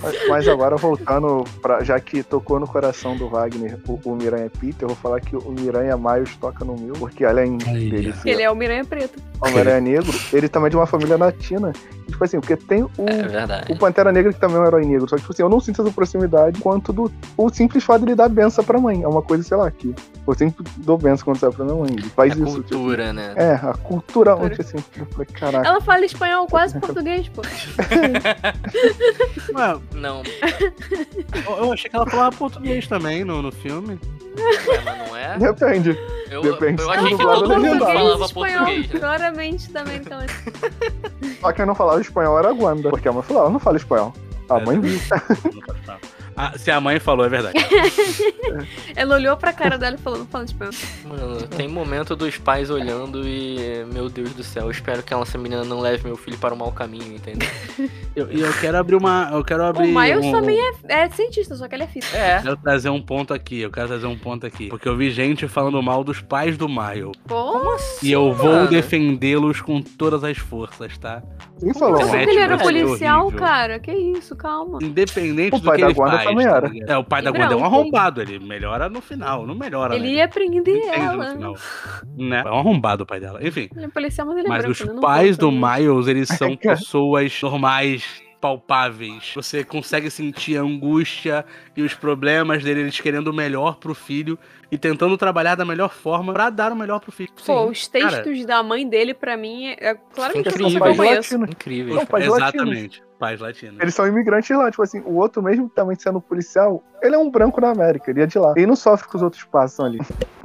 [SPEAKER 5] Mas- Mas agora voltando, pra, já que tocou no coração do Wagner o, o Miranha Peter, eu vou falar que o Miranha Miles toca no meu, porque além
[SPEAKER 1] Aí,
[SPEAKER 5] dele
[SPEAKER 1] ó.
[SPEAKER 5] ser
[SPEAKER 2] Ele é o miranha preto.
[SPEAKER 5] Homem-Aranha negro, ele também é de uma família latina. E, Tipo assim, porque tem o,
[SPEAKER 3] É verdade.
[SPEAKER 5] o Pantera Negra que também é um herói negro. Só que tipo assim, eu não sinto essa proximidade quanto do o simples fato de ele dar benção pra mãe. É uma coisa, sei lá, que eu sempre dou benção quando sai pra minha mãe. Ele faz
[SPEAKER 1] É
[SPEAKER 3] A
[SPEAKER 5] isso. Tipo,
[SPEAKER 3] cultura, né?
[SPEAKER 5] é, a cultura onde assim, eu falei, caraca.
[SPEAKER 2] Ela fala espanhol quase português, pô.
[SPEAKER 1] Ué,
[SPEAKER 3] Não,
[SPEAKER 1] eu- eu achei que ela falava português também no, no filme.
[SPEAKER 3] é, mas não é.
[SPEAKER 5] Depende.
[SPEAKER 3] Eu,
[SPEAKER 5] Depende
[SPEAKER 3] eu
[SPEAKER 5] do
[SPEAKER 3] achei que
[SPEAKER 5] dublado
[SPEAKER 3] todo mundo
[SPEAKER 5] legendado.
[SPEAKER 3] falava
[SPEAKER 2] espanhol,
[SPEAKER 3] português, né?
[SPEAKER 2] claramente também. Então, assim,
[SPEAKER 5] Só quem não falava espanhol era a Wanda. Porque a mãe falou, ela não fala espanhol. A
[SPEAKER 1] É,
[SPEAKER 5] mãe
[SPEAKER 1] também.
[SPEAKER 5] viu.
[SPEAKER 1] Ah, se a mãe falou, é verdade.
[SPEAKER 2] ela olhou pra cara dela e falou, não fala espanhol.
[SPEAKER 3] Mano, tem momento dos pais olhando e, meu Deus do céu, eu espero que essa menina não leve meu filho para o mau caminho, entendeu?
[SPEAKER 1] Eu- E eu, quero abrir uma. Eu quero
[SPEAKER 2] O
[SPEAKER 1] abrir.
[SPEAKER 2] Miles
[SPEAKER 1] um-
[SPEAKER 2] também é, é cientista, só que ele é físico.
[SPEAKER 3] É.
[SPEAKER 1] Quero trazer um ponto aqui, eu quero trazer um ponto aqui. Porque eu vi gente falando mal dos pais do Miles.
[SPEAKER 2] Pô,
[SPEAKER 1] E eu vou
[SPEAKER 3] mano?
[SPEAKER 1] defendendê-los com todas as forças, tá?
[SPEAKER 5] Quem falou,
[SPEAKER 2] eu
[SPEAKER 1] Sétimo,
[SPEAKER 5] mano?
[SPEAKER 2] sei que ele era
[SPEAKER 1] é
[SPEAKER 2] policial,
[SPEAKER 1] horrível.
[SPEAKER 2] cara. Que isso, calma.
[SPEAKER 1] Independente
[SPEAKER 5] O
[SPEAKER 1] do
[SPEAKER 5] pai
[SPEAKER 1] que
[SPEAKER 5] da
[SPEAKER 1] ele
[SPEAKER 5] Wanda
[SPEAKER 1] faz.
[SPEAKER 5] também
[SPEAKER 1] tá
[SPEAKER 5] era.
[SPEAKER 1] ligado? é, o pai da
[SPEAKER 2] E
[SPEAKER 1] Wanda é um
[SPEAKER 2] branco, hein?
[SPEAKER 1] arrombado, ele melhora no final, não melhora,
[SPEAKER 2] Ele é
[SPEAKER 1] né?
[SPEAKER 2] ia prender
[SPEAKER 1] Entende no
[SPEAKER 2] ela.
[SPEAKER 1] final. Né? É um arrombado o pai dela. Enfim.
[SPEAKER 2] Ele é policial, mas ele é
[SPEAKER 1] Mas
[SPEAKER 2] branco,
[SPEAKER 1] os
[SPEAKER 2] né? Não
[SPEAKER 1] pais do
[SPEAKER 2] conta, né?
[SPEAKER 1] Miles, eles
[SPEAKER 3] É,
[SPEAKER 1] são
[SPEAKER 5] Cara.
[SPEAKER 1] pessoas normais, palpáveis. Você consegue sentir a angústia e os problemas dele, eles querendo o melhor pro filho e tentando trabalhar da melhor forma pra dar o melhor pro filho.
[SPEAKER 2] Pô, os textos
[SPEAKER 1] cara.
[SPEAKER 2] da mãe dele, pra mim, é é claramente uma
[SPEAKER 3] Incrível.
[SPEAKER 2] coisa que
[SPEAKER 5] São
[SPEAKER 2] eu
[SPEAKER 5] pais
[SPEAKER 2] conheço.
[SPEAKER 5] latinos.
[SPEAKER 3] Incrível.
[SPEAKER 5] Pô, pais
[SPEAKER 1] Exatamente. Pais latinos.
[SPEAKER 5] Eles são imigrantes lá, tipo assim, o outro mesmo também sendo policial, ele é um branco da América, ele é de lá. Ele não sofre com os outros passam ali.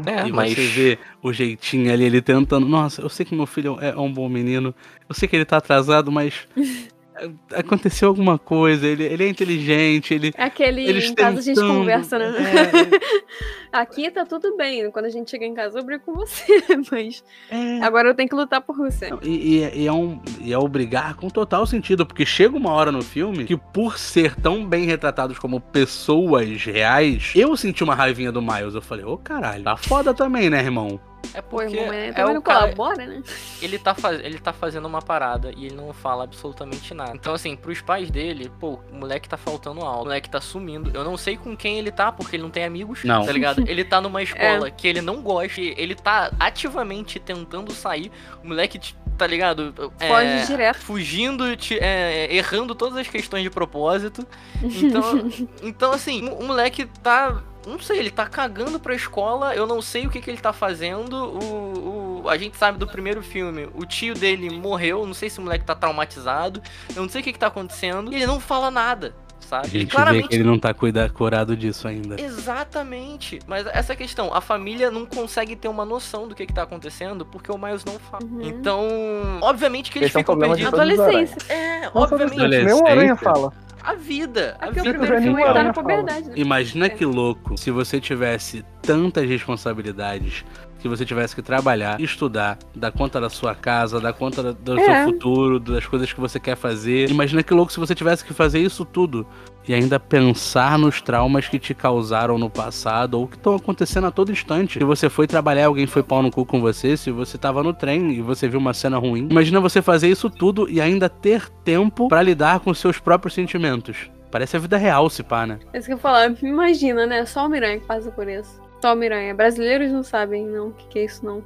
[SPEAKER 3] É,
[SPEAKER 1] e
[SPEAKER 3] mas
[SPEAKER 1] você vê o jeitinho ali, ele tentando. Nossa, eu sei que meu filho é um bom menino. Eu sei que ele tá atrasado, mas. é, Aconteceu alguma coisa, ele, ele é inteligente, ele.
[SPEAKER 2] É aquele
[SPEAKER 1] Eles
[SPEAKER 2] em casa a gente
[SPEAKER 1] tentando,
[SPEAKER 2] conversa, né?
[SPEAKER 1] é,
[SPEAKER 2] Aqui tá tudo bem. Quando a gente chega em casa, eu brigo com você. né? Mas
[SPEAKER 1] é.
[SPEAKER 2] agora eu tenho que lutar por você.
[SPEAKER 1] Não, E, e- e é um, e é obrigar com total sentido, porque chega uma hora no filme que, por ser tão bem retratados como pessoas reais, eu senti uma raivinha do Miles. Eu falei, ô caralho, tá foda também, né, irmão?
[SPEAKER 3] é
[SPEAKER 2] Pô,
[SPEAKER 3] porque
[SPEAKER 2] irmão, é,
[SPEAKER 3] é
[SPEAKER 2] também
[SPEAKER 3] o
[SPEAKER 2] não
[SPEAKER 3] cara,
[SPEAKER 2] colabora, né?
[SPEAKER 3] ele, tá faz, ele tá fazendo uma parada e ele não fala absolutamente nada. Então, assim, pros pais dele, pô, o moleque tá faltando aula, o moleque tá sumindo. Eu não sei com quem ele tá, porque ele não tem amigos,
[SPEAKER 1] Não.
[SPEAKER 3] tá ligado? Ele tá
[SPEAKER 2] É.
[SPEAKER 3] numa escola que ele não gosta, e ele tá ativamente tentando sair, o moleque, tá ligado? É,
[SPEAKER 2] Foge direto.
[SPEAKER 3] fugindo, te- é, errando todas as questões de propósito. Então, então assim, o o moleque tá. Não sei, ele tá cagando pra escola, eu não sei o que, que ele tá fazendo. O, o- a gente sabe do primeiro filme, o tio dele morreu, não sei se o moleque tá traumatizado, eu não sei o que, que tá acontecendo, e ele não fala nada,
[SPEAKER 1] A
[SPEAKER 3] sabe? Ele
[SPEAKER 1] gente vê
[SPEAKER 3] claramente
[SPEAKER 1] que ele não tá cuida, curado disso ainda.
[SPEAKER 3] Exatamente. Mas essa questão, a família não consegue ter uma noção do que, que tá acontecendo porque o Miles não fala.
[SPEAKER 2] Uhum.
[SPEAKER 3] Então, obviamente que eles
[SPEAKER 5] Esse é um
[SPEAKER 3] ficam
[SPEAKER 5] problema de
[SPEAKER 3] perdidos.
[SPEAKER 5] todos os aranhas.
[SPEAKER 2] Adolescência.
[SPEAKER 3] É,
[SPEAKER 5] Não um só dos
[SPEAKER 3] obviamente.
[SPEAKER 5] aranhas, Nenhum aranha
[SPEAKER 1] Adolescência.
[SPEAKER 5] fala.
[SPEAKER 3] A vida. A
[SPEAKER 2] Aqui é o
[SPEAKER 3] vida.
[SPEAKER 2] primeiro filme que tá na puberdade, né?
[SPEAKER 1] Imagina
[SPEAKER 2] É.
[SPEAKER 1] que louco se você tivesse tantas responsabilidades que você tivesse que trabalhar, estudar, dar conta da sua casa, dar conta da- do
[SPEAKER 2] É.
[SPEAKER 1] seu futuro, das coisas que você quer fazer. Imagina que louco se você tivesse que fazer isso tudo e ainda pensar nos traumas que te causaram no passado ou que estão acontecendo a todo instante. Se você foi trabalhar, alguém foi pau no cu com você, se você tava no trem e você viu uma cena ruim. Imagina você fazer isso tudo e ainda ter tempo pra lidar com seus próprios sentimentos. Parece a vida real, se pá, né?
[SPEAKER 2] É isso que eu ia falar. Imagina, né? Só o Miranha que passa por isso. Só o Miranha. Brasileiros não sabem, não, o que, que é isso, não.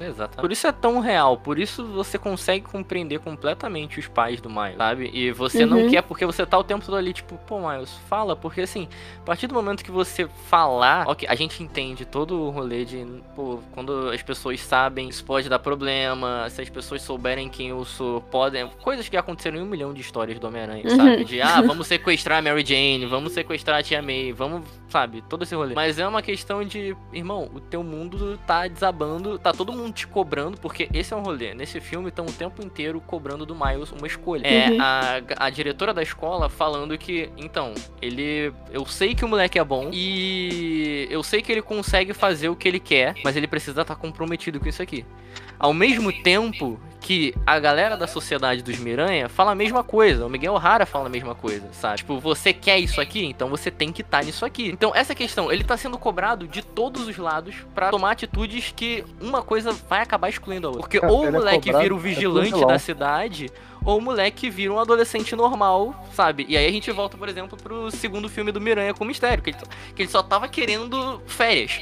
[SPEAKER 3] Exatamente. Por isso é tão real, por isso você consegue compreender completamente os pais do Miles, sabe? E você não
[SPEAKER 2] Uhum.
[SPEAKER 3] quer porque você tá o tempo todo ali, tipo, pô, Miles, fala, porque assim, a partir do momento que você falar, ok, a gente entende todo o rolê de, pô, quando as pessoas sabem, isso pode dar problema, se as pessoas souberem quem eu sou, podem. Coisas que aconteceram em um milhão de histórias do Homem-Aranha,
[SPEAKER 2] Uhum.
[SPEAKER 3] sabe? De, ah, vamos sequestrar a Mary Jane, vamos sequestrar a Tia May, vamos, sabe? Todo esse rolê. Mas é uma questão de, irmão, o teu mundo tá desabando, tá todo mundo te cobrando, porque esse é um rolê. Nesse filme, estão o tempo inteiro cobrando do Miles uma escolha. É,
[SPEAKER 2] Uhum.
[SPEAKER 3] a, a diretora da escola falando que, então, ele. Eu sei que o moleque é bom e eu sei que ele consegue fazer o que ele quer, mas ele precisa estar comprometido com isso aqui. Ao mesmo tempo que a galera da sociedade dos Miranha fala a mesma coisa, o Miguel Rara fala a mesma coisa, sabe? Tipo, você quer isso aqui, então você tem que estar nisso aqui. Então, essa questão, ele tá sendo cobrado de todos os lados pra tomar atitudes que uma coisa vai acabar excluindo a outra. Porque
[SPEAKER 5] Cara,
[SPEAKER 3] ou o
[SPEAKER 5] ele é
[SPEAKER 3] moleque
[SPEAKER 5] cobrado,
[SPEAKER 3] vira o
[SPEAKER 5] é
[SPEAKER 3] vigilante
[SPEAKER 5] vilão.
[SPEAKER 3] da cidade, ou o moleque vira um adolescente normal, sabe? E aí a gente volta, por exemplo, pro segundo filme do Miranha com o Mistério, que ele, que ele só tava querendo férias.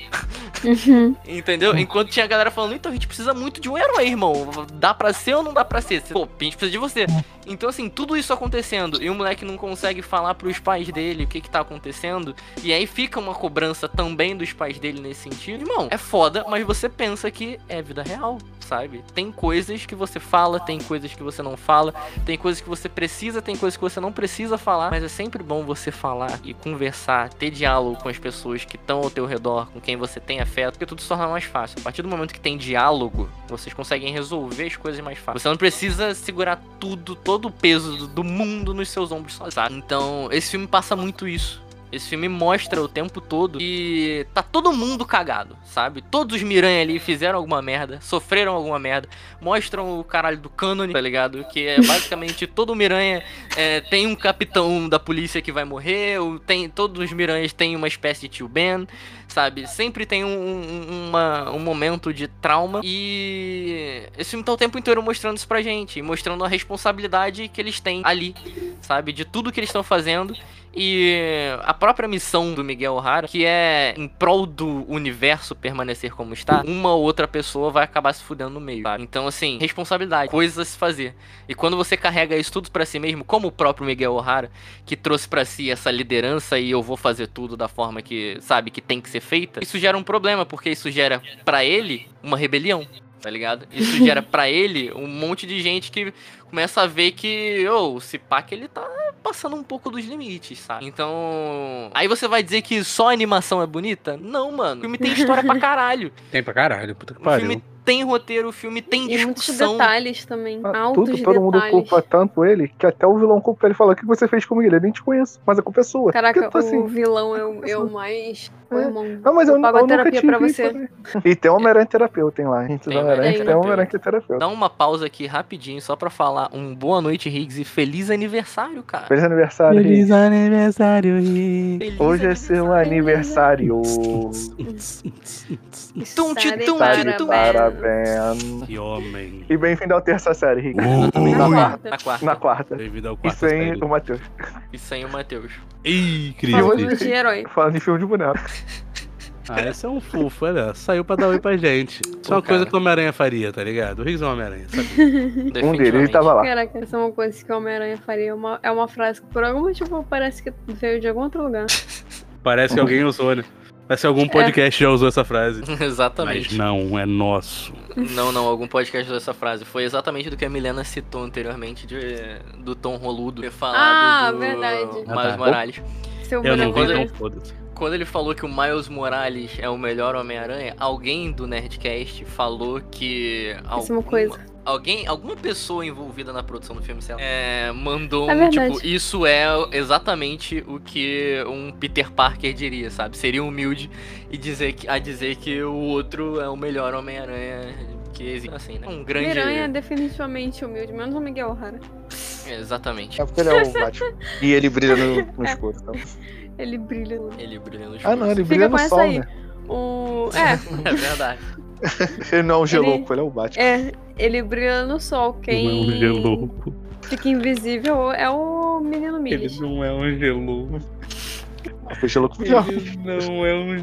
[SPEAKER 2] Uhum.
[SPEAKER 3] Entendeu? Enquanto tinha a galera falando, então a gente precisa muito de um herói, irmão. Dá pra ser ou não dá pra ser? Pô, a gente precisa de você. Então, assim, tudo isso acontecendo e o moleque não consegue falar pros pais dele o que que tá acontecendo. E aí fica uma cobrança também dos pais dele nesse sentido. Irmão, é foda, mas você pensa que é vida real, sabe? Tem coisas que você fala, tem coisas que você não fala, tem coisas que você precisa, tem coisas que você não precisa falar. Mas é sempre bom você falar e conversar, ter diálogo com as pessoas que estão ao teu redor, com quem você tem afeto, porque tudo se torna mais fácil. A partir do momento que tem diálogo, vocês conseguem resolver as coisas mais fácil. Você não precisa segurar tudo, todo o peso do- do mundo nos seus ombros sozinho. sabe? Então, esse filme passa muito isso. Esse filme mostra o tempo todo que tá todo mundo cagado, sabe? Todos os Miranha ali fizeram alguma merda, sofreram alguma merda, mostram o caralho do cânone, tá ligado? Que é basicamente todo Miranha é, tem um capitão da polícia que vai morrer, ou tem, todos os Miranhas têm uma espécie de tio Ben, sabe? Sempre tem um, um- uma- um momento de trauma e esse filme tá o tempo inteiro mostrando isso pra gente, mostrando a responsabilidade que eles têm ali, sabe? De tudo que eles estão fazendo e a própria missão do Miguel O'Hara, que é em prol do universo permanecer como está, uma ou outra pessoa vai acabar se fudendo no meio. sabe? Então, assim, responsabilidade, coisas a se fazer. E quando você carrega isso tudo pra si mesmo, como o próprio Miguel O'Hara, que trouxe pra si essa liderança e eu vou fazer tudo da forma que, sabe, que tem que ser feita, isso gera um problema, porque isso gera pra ele uma rebelião. Tá ligado? Isso gera pra ele um monte de gente que começa a ver que, ô, oh, se pá que ele tá passando um pouco dos limites, sabe? Então. Aí você vai dizer que só a animação é bonita? Não, mano. O filme tem história pra caralho.
[SPEAKER 1] Tem pra caralho, puta que
[SPEAKER 3] O
[SPEAKER 1] pariu.
[SPEAKER 3] filme tem roteiro, o filme tem
[SPEAKER 2] E muitos
[SPEAKER 3] discussão.
[SPEAKER 2] detalhes também.
[SPEAKER 5] Ah,
[SPEAKER 2] altos
[SPEAKER 5] tudo, todo mundo
[SPEAKER 2] detalhes.
[SPEAKER 5] culpa tanto ele, que até o vilão culpa ele fala: O que você fez comigo? Ele nem te conheço, mas a culpa é sua.
[SPEAKER 2] Caraca,
[SPEAKER 5] Porque, assim,
[SPEAKER 2] o vilão é o, é o
[SPEAKER 5] assim.
[SPEAKER 2] mais.
[SPEAKER 5] É.
[SPEAKER 2] O irmão.
[SPEAKER 5] Ah, mas eu, eu
[SPEAKER 2] pago a
[SPEAKER 5] nunca
[SPEAKER 2] terapia
[SPEAKER 5] te
[SPEAKER 2] pra
[SPEAKER 5] vi
[SPEAKER 2] você.
[SPEAKER 5] fazer. E tem um Homem-Aranha terapeuta, hein, lá. Entre os
[SPEAKER 3] Tem
[SPEAKER 5] Homem-Aranha
[SPEAKER 2] Homem-Aranha
[SPEAKER 5] tem um Homem-Aranha que é terapeuta.
[SPEAKER 3] Dá uma pausa aqui rapidinho só pra falar um boa noite, Higgs, e feliz aniversário, cara.
[SPEAKER 5] Feliz aniversário, Rick.
[SPEAKER 1] aniversário,
[SPEAKER 3] Feliz
[SPEAKER 5] Hoje é seu aniversário.
[SPEAKER 3] Tum, tum,
[SPEAKER 2] Sabe,
[SPEAKER 3] tum,
[SPEAKER 5] Tá de
[SPEAKER 3] tum.
[SPEAKER 2] parabéns.
[SPEAKER 5] parabéns.
[SPEAKER 1] Que homem.
[SPEAKER 5] E bem-vindo à terça série, Rick.
[SPEAKER 3] Uh.
[SPEAKER 2] Na
[SPEAKER 5] Ui.
[SPEAKER 2] quarta.
[SPEAKER 3] Na quarta.
[SPEAKER 5] Na quarta.
[SPEAKER 1] Bem-vindo ao
[SPEAKER 2] tá
[SPEAKER 5] E
[SPEAKER 1] quarto.
[SPEAKER 5] sem
[SPEAKER 1] Skyler.
[SPEAKER 5] o Matheus.
[SPEAKER 3] E sem o Matheus.
[SPEAKER 1] Ih,
[SPEAKER 2] Falando
[SPEAKER 1] Cris.
[SPEAKER 2] de herói.
[SPEAKER 5] Falando de filme de boneco. Um
[SPEAKER 1] Ah, esse é um fofo, olha. Saiu pra dar oi pra gente. Isso é uma
[SPEAKER 3] Pô,
[SPEAKER 1] coisa
[SPEAKER 3] cara.
[SPEAKER 1] que o Homem-Aranha faria, tá ligado? O Riggs é um Homem-Aranha. sabe?
[SPEAKER 5] Um deles, ele tava lá.
[SPEAKER 2] Caraca, essa é uma coisa que o Homem-Aranha faria. É uma, é uma frase que por algum motivo parece que veio de algum outro lugar.
[SPEAKER 1] Parece que alguém usou, né? Parece que algum podcast já usou essa frase. Mas
[SPEAKER 3] Exatamente.
[SPEAKER 1] não, é nosso.
[SPEAKER 3] Não, não, algum podcast usou essa frase. Foi exatamente do que a Milena citou anteriormente, de- do Tom Roludo ter falado
[SPEAKER 2] Ah,
[SPEAKER 3] do
[SPEAKER 2] verdade.
[SPEAKER 3] Miles
[SPEAKER 1] Ah, tá.
[SPEAKER 3] Morales.
[SPEAKER 2] Seu é
[SPEAKER 1] Eu não vi,
[SPEAKER 3] Quando-
[SPEAKER 2] melhor
[SPEAKER 1] então
[SPEAKER 2] Homem-Aranha.
[SPEAKER 1] foda-se.
[SPEAKER 3] Quando ele falou que o Miles Morales é o melhor Homem-Aranha, alguém do Nerdcast falou que.
[SPEAKER 2] Mesma
[SPEAKER 3] alguma-
[SPEAKER 2] é coisa.
[SPEAKER 3] Alguém, alguma pessoa envolvida na produção do filme, sei lá, é, mandou
[SPEAKER 2] É
[SPEAKER 3] um
[SPEAKER 2] verdade.
[SPEAKER 3] tipo, isso é exatamente o que um Peter Parker diria, sabe? Seria humilde e dizer que, a dizer que o outro é o melhor Homem-Aranha que existe. Assim, né? Um grande.
[SPEAKER 2] Miranha é definitivamente humilde, menos o Miguel O'Hara.
[SPEAKER 3] É, Exatamente.
[SPEAKER 5] É porque ele é o Batman. E ele brilha no, no escuro. então.
[SPEAKER 2] Ele brilha.
[SPEAKER 3] Ele brilha no escuro.
[SPEAKER 5] Ah, não, ele
[SPEAKER 2] Fica
[SPEAKER 5] brilha
[SPEAKER 2] com
[SPEAKER 5] no
[SPEAKER 2] essa
[SPEAKER 5] sol,
[SPEAKER 2] aí.
[SPEAKER 5] né?
[SPEAKER 2] O... É,
[SPEAKER 3] É verdade.
[SPEAKER 5] Ele não é um
[SPEAKER 2] Ele-
[SPEAKER 5] gelouco, ele é o Batman.
[SPEAKER 2] é, ele brilha no sol. Quem
[SPEAKER 1] Não é um gelouco.
[SPEAKER 2] fica invisível é o menino
[SPEAKER 1] Ele
[SPEAKER 2] Mills.
[SPEAKER 1] não é um gelouco.
[SPEAKER 5] Fechou louco.
[SPEAKER 6] Ele não é um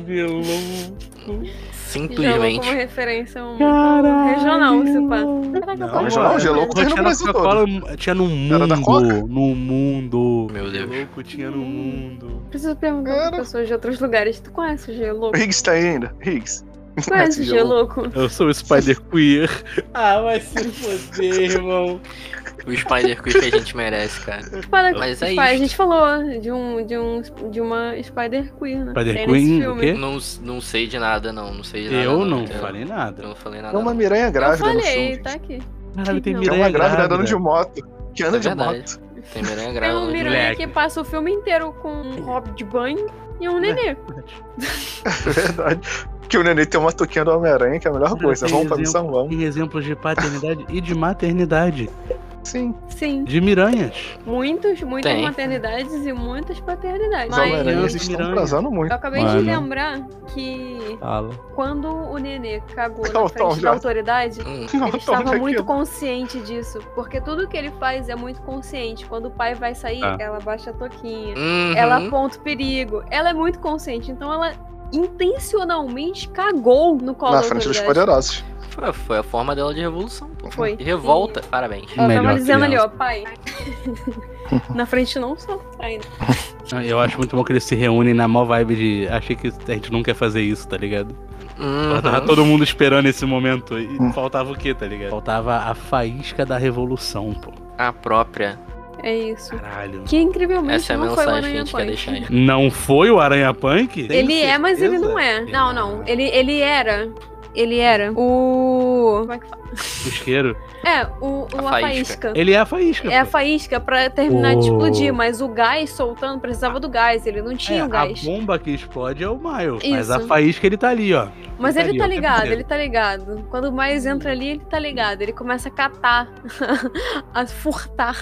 [SPEAKER 6] gelouco.
[SPEAKER 2] Jogou
[SPEAKER 3] Simplesmente.
[SPEAKER 2] como é referência um um regional, se pá. Caraca,
[SPEAKER 1] Não,
[SPEAKER 2] eu tô
[SPEAKER 1] regional,
[SPEAKER 2] louca.
[SPEAKER 5] gelouco. Coca
[SPEAKER 1] Tinha
[SPEAKER 5] no
[SPEAKER 1] na
[SPEAKER 5] Brasil
[SPEAKER 1] Coca-Cola, tinha no
[SPEAKER 5] Era da Coca?
[SPEAKER 1] mundo. No mundo.
[SPEAKER 3] Meu Deus.
[SPEAKER 1] Louco tinha no mundo.
[SPEAKER 2] Preciso perguntar
[SPEAKER 5] Cara.
[SPEAKER 2] pra pessoas de outros lugares. Tu conhece o G-Louco?
[SPEAKER 5] Higgs tá aí ainda. Higgs.
[SPEAKER 2] Tu conhece o
[SPEAKER 5] Esse gelouco.
[SPEAKER 2] G-Louco?
[SPEAKER 1] Eu sou o Spider Queer.
[SPEAKER 6] Ah, vai se foder, irmão.
[SPEAKER 3] O Spider Quick que a gente merece, cara.
[SPEAKER 2] Spider-
[SPEAKER 3] Mas é
[SPEAKER 2] Spider- A
[SPEAKER 3] isso.
[SPEAKER 2] gente falou de, um, de, um, de uma Spider Queen, né?
[SPEAKER 1] Spider
[SPEAKER 2] Tem nesse
[SPEAKER 1] Queen, o
[SPEAKER 2] filme.
[SPEAKER 1] quê?
[SPEAKER 3] Não, não sei de nada, não. Não sei de nada.
[SPEAKER 1] Eu não
[SPEAKER 3] entendeu?
[SPEAKER 1] falei
[SPEAKER 3] Eu
[SPEAKER 1] nada.
[SPEAKER 3] não falei nada.
[SPEAKER 5] É uma
[SPEAKER 3] não.
[SPEAKER 5] miranha
[SPEAKER 2] Eu
[SPEAKER 5] grávida no
[SPEAKER 2] falei,
[SPEAKER 5] filme.
[SPEAKER 2] tá aqui.
[SPEAKER 1] Caralho, tem
[SPEAKER 2] Não.
[SPEAKER 5] É
[SPEAKER 1] Miranha
[SPEAKER 5] uma grávida
[SPEAKER 1] grávida.
[SPEAKER 5] andando de moto. Que anda
[SPEAKER 3] É
[SPEAKER 5] de
[SPEAKER 3] verdade.
[SPEAKER 5] moto.
[SPEAKER 3] Tem miranha
[SPEAKER 2] Tem
[SPEAKER 3] grávida.
[SPEAKER 2] um
[SPEAKER 3] no
[SPEAKER 2] miranha
[SPEAKER 1] moleque.
[SPEAKER 2] que passa o filme inteiro com um hobby de banho e um nenê.
[SPEAKER 5] É verdade. Que o neném tem uma toquinha do Homem-Aranha, que é a melhor coisa. Vamos pra missão, vamos.
[SPEAKER 1] Tem exemplos de paternidade e de maternidade.
[SPEAKER 5] Sim.
[SPEAKER 2] Sim,
[SPEAKER 1] De miranhas.
[SPEAKER 2] muitos, muitas
[SPEAKER 3] Tem.
[SPEAKER 2] maternidades e muitas paternidades.
[SPEAKER 5] Os
[SPEAKER 1] Mas-
[SPEAKER 5] Homem-Aranhas
[SPEAKER 1] Criança,
[SPEAKER 5] estão
[SPEAKER 1] miranha.
[SPEAKER 5] atrasando muito.
[SPEAKER 2] eu acabei
[SPEAKER 1] Mano.
[SPEAKER 2] de lembrar que
[SPEAKER 6] Fala.
[SPEAKER 2] quando o nenê cagou
[SPEAKER 5] Tom,
[SPEAKER 2] na
[SPEAKER 5] Tom,
[SPEAKER 2] frente
[SPEAKER 5] já.
[SPEAKER 2] da autoridade,
[SPEAKER 3] Hum,
[SPEAKER 2] ele estava muito consciente disso. Porque tudo que ele faz é muito consciente. Quando o pai vai sair,
[SPEAKER 1] Tá.
[SPEAKER 2] ela baixa a toquinha.
[SPEAKER 3] uhum.
[SPEAKER 2] Ela aponta o perigo. Ela é muito consciente, então ela intencionalmente cagou no colo
[SPEAKER 5] Na
[SPEAKER 2] da
[SPEAKER 5] frente dos
[SPEAKER 2] autoridade.
[SPEAKER 5] poderosos.
[SPEAKER 3] Foi, foi a forma dela de revolução, pô.
[SPEAKER 2] Foi.
[SPEAKER 3] E revolta, parabéns.
[SPEAKER 2] Ela tava
[SPEAKER 1] Melhor
[SPEAKER 2] dizendo ali,
[SPEAKER 1] criança.
[SPEAKER 2] ó, pai. Na frente não só. Ainda.
[SPEAKER 1] Ah, Eu acho muito bom que eles se reúnem na mó vibe de. Achei que a gente nunca ia fazer isso, tá ligado?
[SPEAKER 3] Uhum.
[SPEAKER 1] Tava todo mundo esperando esse momento. E faltava o quê, tá ligado? Faltava a faísca da revolução, pô.
[SPEAKER 3] A própria.
[SPEAKER 2] É isso.
[SPEAKER 1] Caralho.
[SPEAKER 2] Que incrivelmente
[SPEAKER 3] Essa é a
[SPEAKER 2] não foi o
[SPEAKER 3] mensagem que a
[SPEAKER 2] Aranha
[SPEAKER 3] gente quer deixar
[SPEAKER 2] Punk.
[SPEAKER 3] aí.
[SPEAKER 1] Não foi o Aranha Punk?
[SPEAKER 2] Ele é, mas ele não é.
[SPEAKER 1] Tem
[SPEAKER 2] Não,
[SPEAKER 1] nada.
[SPEAKER 2] não. Ele, ele era. Ele era o. Como é que fala?
[SPEAKER 1] Isqueiro.
[SPEAKER 2] É, o, o
[SPEAKER 3] A faísca.
[SPEAKER 2] a, faísca.
[SPEAKER 1] Ele é a faísca.
[SPEAKER 2] É a faísca pra terminar de
[SPEAKER 1] O-
[SPEAKER 2] explodir, mas o gás soltando precisava do gás, ele não tinha
[SPEAKER 1] É,
[SPEAKER 2] o
[SPEAKER 1] a
[SPEAKER 2] gás.
[SPEAKER 1] bomba que explode é o Miles. Mas
[SPEAKER 2] Isso.
[SPEAKER 1] a faísca ele tá ali, ó.
[SPEAKER 2] Mas ele tá
[SPEAKER 1] ó, o tempo
[SPEAKER 2] ligado,
[SPEAKER 1] inteiro.
[SPEAKER 2] ele tá ligado. Quando o Miles entra ali, ele tá ligado. Ele começa a catar, a furtar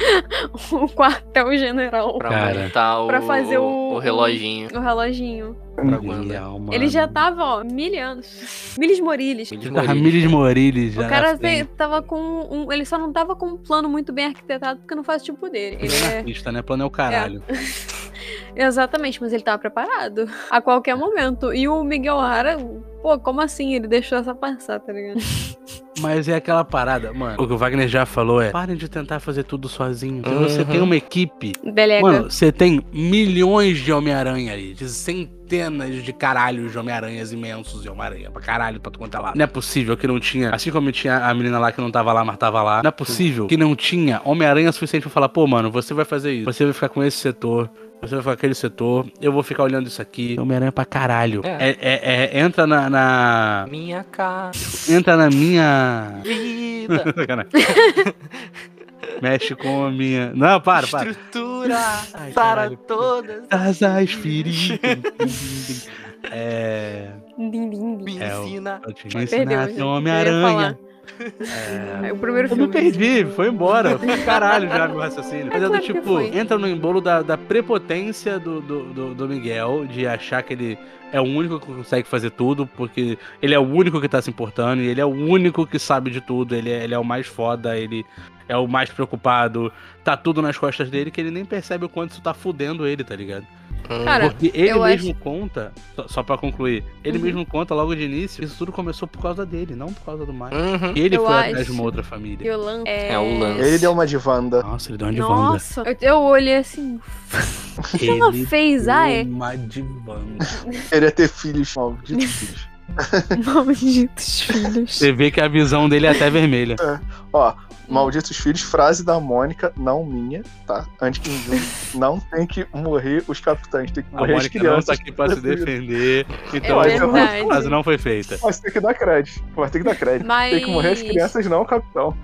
[SPEAKER 2] o quartel-general,
[SPEAKER 3] Pra
[SPEAKER 1] Cara.
[SPEAKER 3] montar o,
[SPEAKER 2] Pra fazer o-
[SPEAKER 3] o reloginho.
[SPEAKER 2] o reloginho.
[SPEAKER 3] Pra
[SPEAKER 1] Ele,
[SPEAKER 3] Wanda.
[SPEAKER 1] é uma-
[SPEAKER 2] Ele já tava, ó, mil anos. Miles Moriles.
[SPEAKER 3] Miles
[SPEAKER 1] Ele tava Miles Morilles já.
[SPEAKER 2] O cara
[SPEAKER 1] na
[SPEAKER 2] te-
[SPEAKER 1] frente.
[SPEAKER 2] tava com um. Ele só não tava com um plano muito bem arquitetado porque não faz o tipo dele. Ele é.
[SPEAKER 1] Artista, né? Plano é o caralho.
[SPEAKER 2] Exatamente, mas ele tava preparado a qualquer momento. E o Miguel Hara, pô, como assim? Ele deixou essa passar, tá ligado?
[SPEAKER 1] Mas é aquela parada, mano. O que o Wagner já falou é: parem de tentar fazer tudo sozinho. Se Você
[SPEAKER 3] Uhum.
[SPEAKER 1] tem uma equipe.
[SPEAKER 2] Delega.
[SPEAKER 1] Mano, você tem milhões de Homem-Aranha aí. De centenas de caralhos de Homem-Aranhas imensos de Homem-Aranha. Pra caralho, pra tu contar lá. Não é possível que não tinha. Assim como tinha a menina lá que não tava lá, mas tava lá. Não é possível que não tinha Homem-Aranha suficiente pra falar: pô, mano, você vai fazer isso. Você vai ficar com esse setor. Você vai ficar com aquele setor. Eu vou ficar olhando isso aqui. É Homem-Aranha pra caralho.
[SPEAKER 3] É.
[SPEAKER 1] É- é- é- entra na- na.
[SPEAKER 3] Minha cara.
[SPEAKER 1] Entra na minha.
[SPEAKER 3] Vida.
[SPEAKER 1] Sacanagem. Mexe com a minha. Não, para, para.
[SPEAKER 3] Estrutura
[SPEAKER 1] Ai,
[SPEAKER 3] para
[SPEAKER 1] caralho. É
[SPEAKER 3] todas.
[SPEAKER 1] Das as feridas. é.
[SPEAKER 2] Din, din, din.
[SPEAKER 3] Me
[SPEAKER 1] É, o-
[SPEAKER 3] ensina.
[SPEAKER 1] Eu te
[SPEAKER 2] Perdeu, gente.
[SPEAKER 1] ensinasse
[SPEAKER 2] Eu ia
[SPEAKER 1] Homem-Aranha.
[SPEAKER 2] falar. É, o primeiro
[SPEAKER 1] Eu me
[SPEAKER 2] filme.
[SPEAKER 1] perdi, foi embora. Eu fui pro caralho já meu raciocínio. Mas é do
[SPEAKER 2] claro que
[SPEAKER 1] tipo,
[SPEAKER 2] foi.
[SPEAKER 1] entra no embolo da, da prepotência do, do, do, do Miguel, de achar que ele é o único que consegue fazer tudo, porque ele é o único que tá se importando, e ele é o único que sabe de tudo, ele é, ele é o mais foda, ele é o mais preocupado, tá tudo nas costas dele, que ele nem percebe o quanto isso tá fudendo ele, tá ligado?
[SPEAKER 2] Cara,
[SPEAKER 1] Porque ele
[SPEAKER 2] eu
[SPEAKER 1] mesmo conta, só, só pra concluir, ele
[SPEAKER 2] Uhum.
[SPEAKER 1] mesmo conta logo de início, que isso tudo começou por causa dele, não por causa do Miles.
[SPEAKER 3] Uhum.
[SPEAKER 1] E ele
[SPEAKER 2] Eu
[SPEAKER 1] foi atrás
[SPEAKER 2] acho
[SPEAKER 1] de uma outra família.
[SPEAKER 2] Yolanda.
[SPEAKER 3] É o lance.
[SPEAKER 5] Ele deu uma de Wanda.
[SPEAKER 1] Nossa, ele deu uma de Wanda.
[SPEAKER 2] Nossa, eu, eu olhei assim. O que ela
[SPEAKER 1] Ele
[SPEAKER 2] fez? Ah, é.
[SPEAKER 1] Uma de Wanda.
[SPEAKER 5] Queria é ter filhos, malditos filhos.
[SPEAKER 2] Malditos filhos.
[SPEAKER 1] Você vê que a visão dele é até vermelha.
[SPEAKER 5] Ó, malditos filhos, frase da Mônica, não minha, tá? Antes que ninguém- não tem que morrer os capitães, tem que
[SPEAKER 1] A
[SPEAKER 5] morrer as
[SPEAKER 1] Mônica não tá
[SPEAKER 5] crianças.
[SPEAKER 1] aqui pra se defender. Então,
[SPEAKER 5] É
[SPEAKER 1] a
[SPEAKER 2] verdade.
[SPEAKER 1] frase não foi feita.
[SPEAKER 5] Mas tem que dar crédito, mas tem que dar crédito.
[SPEAKER 2] Mas.
[SPEAKER 5] Tem que morrer as crianças, não o capitão.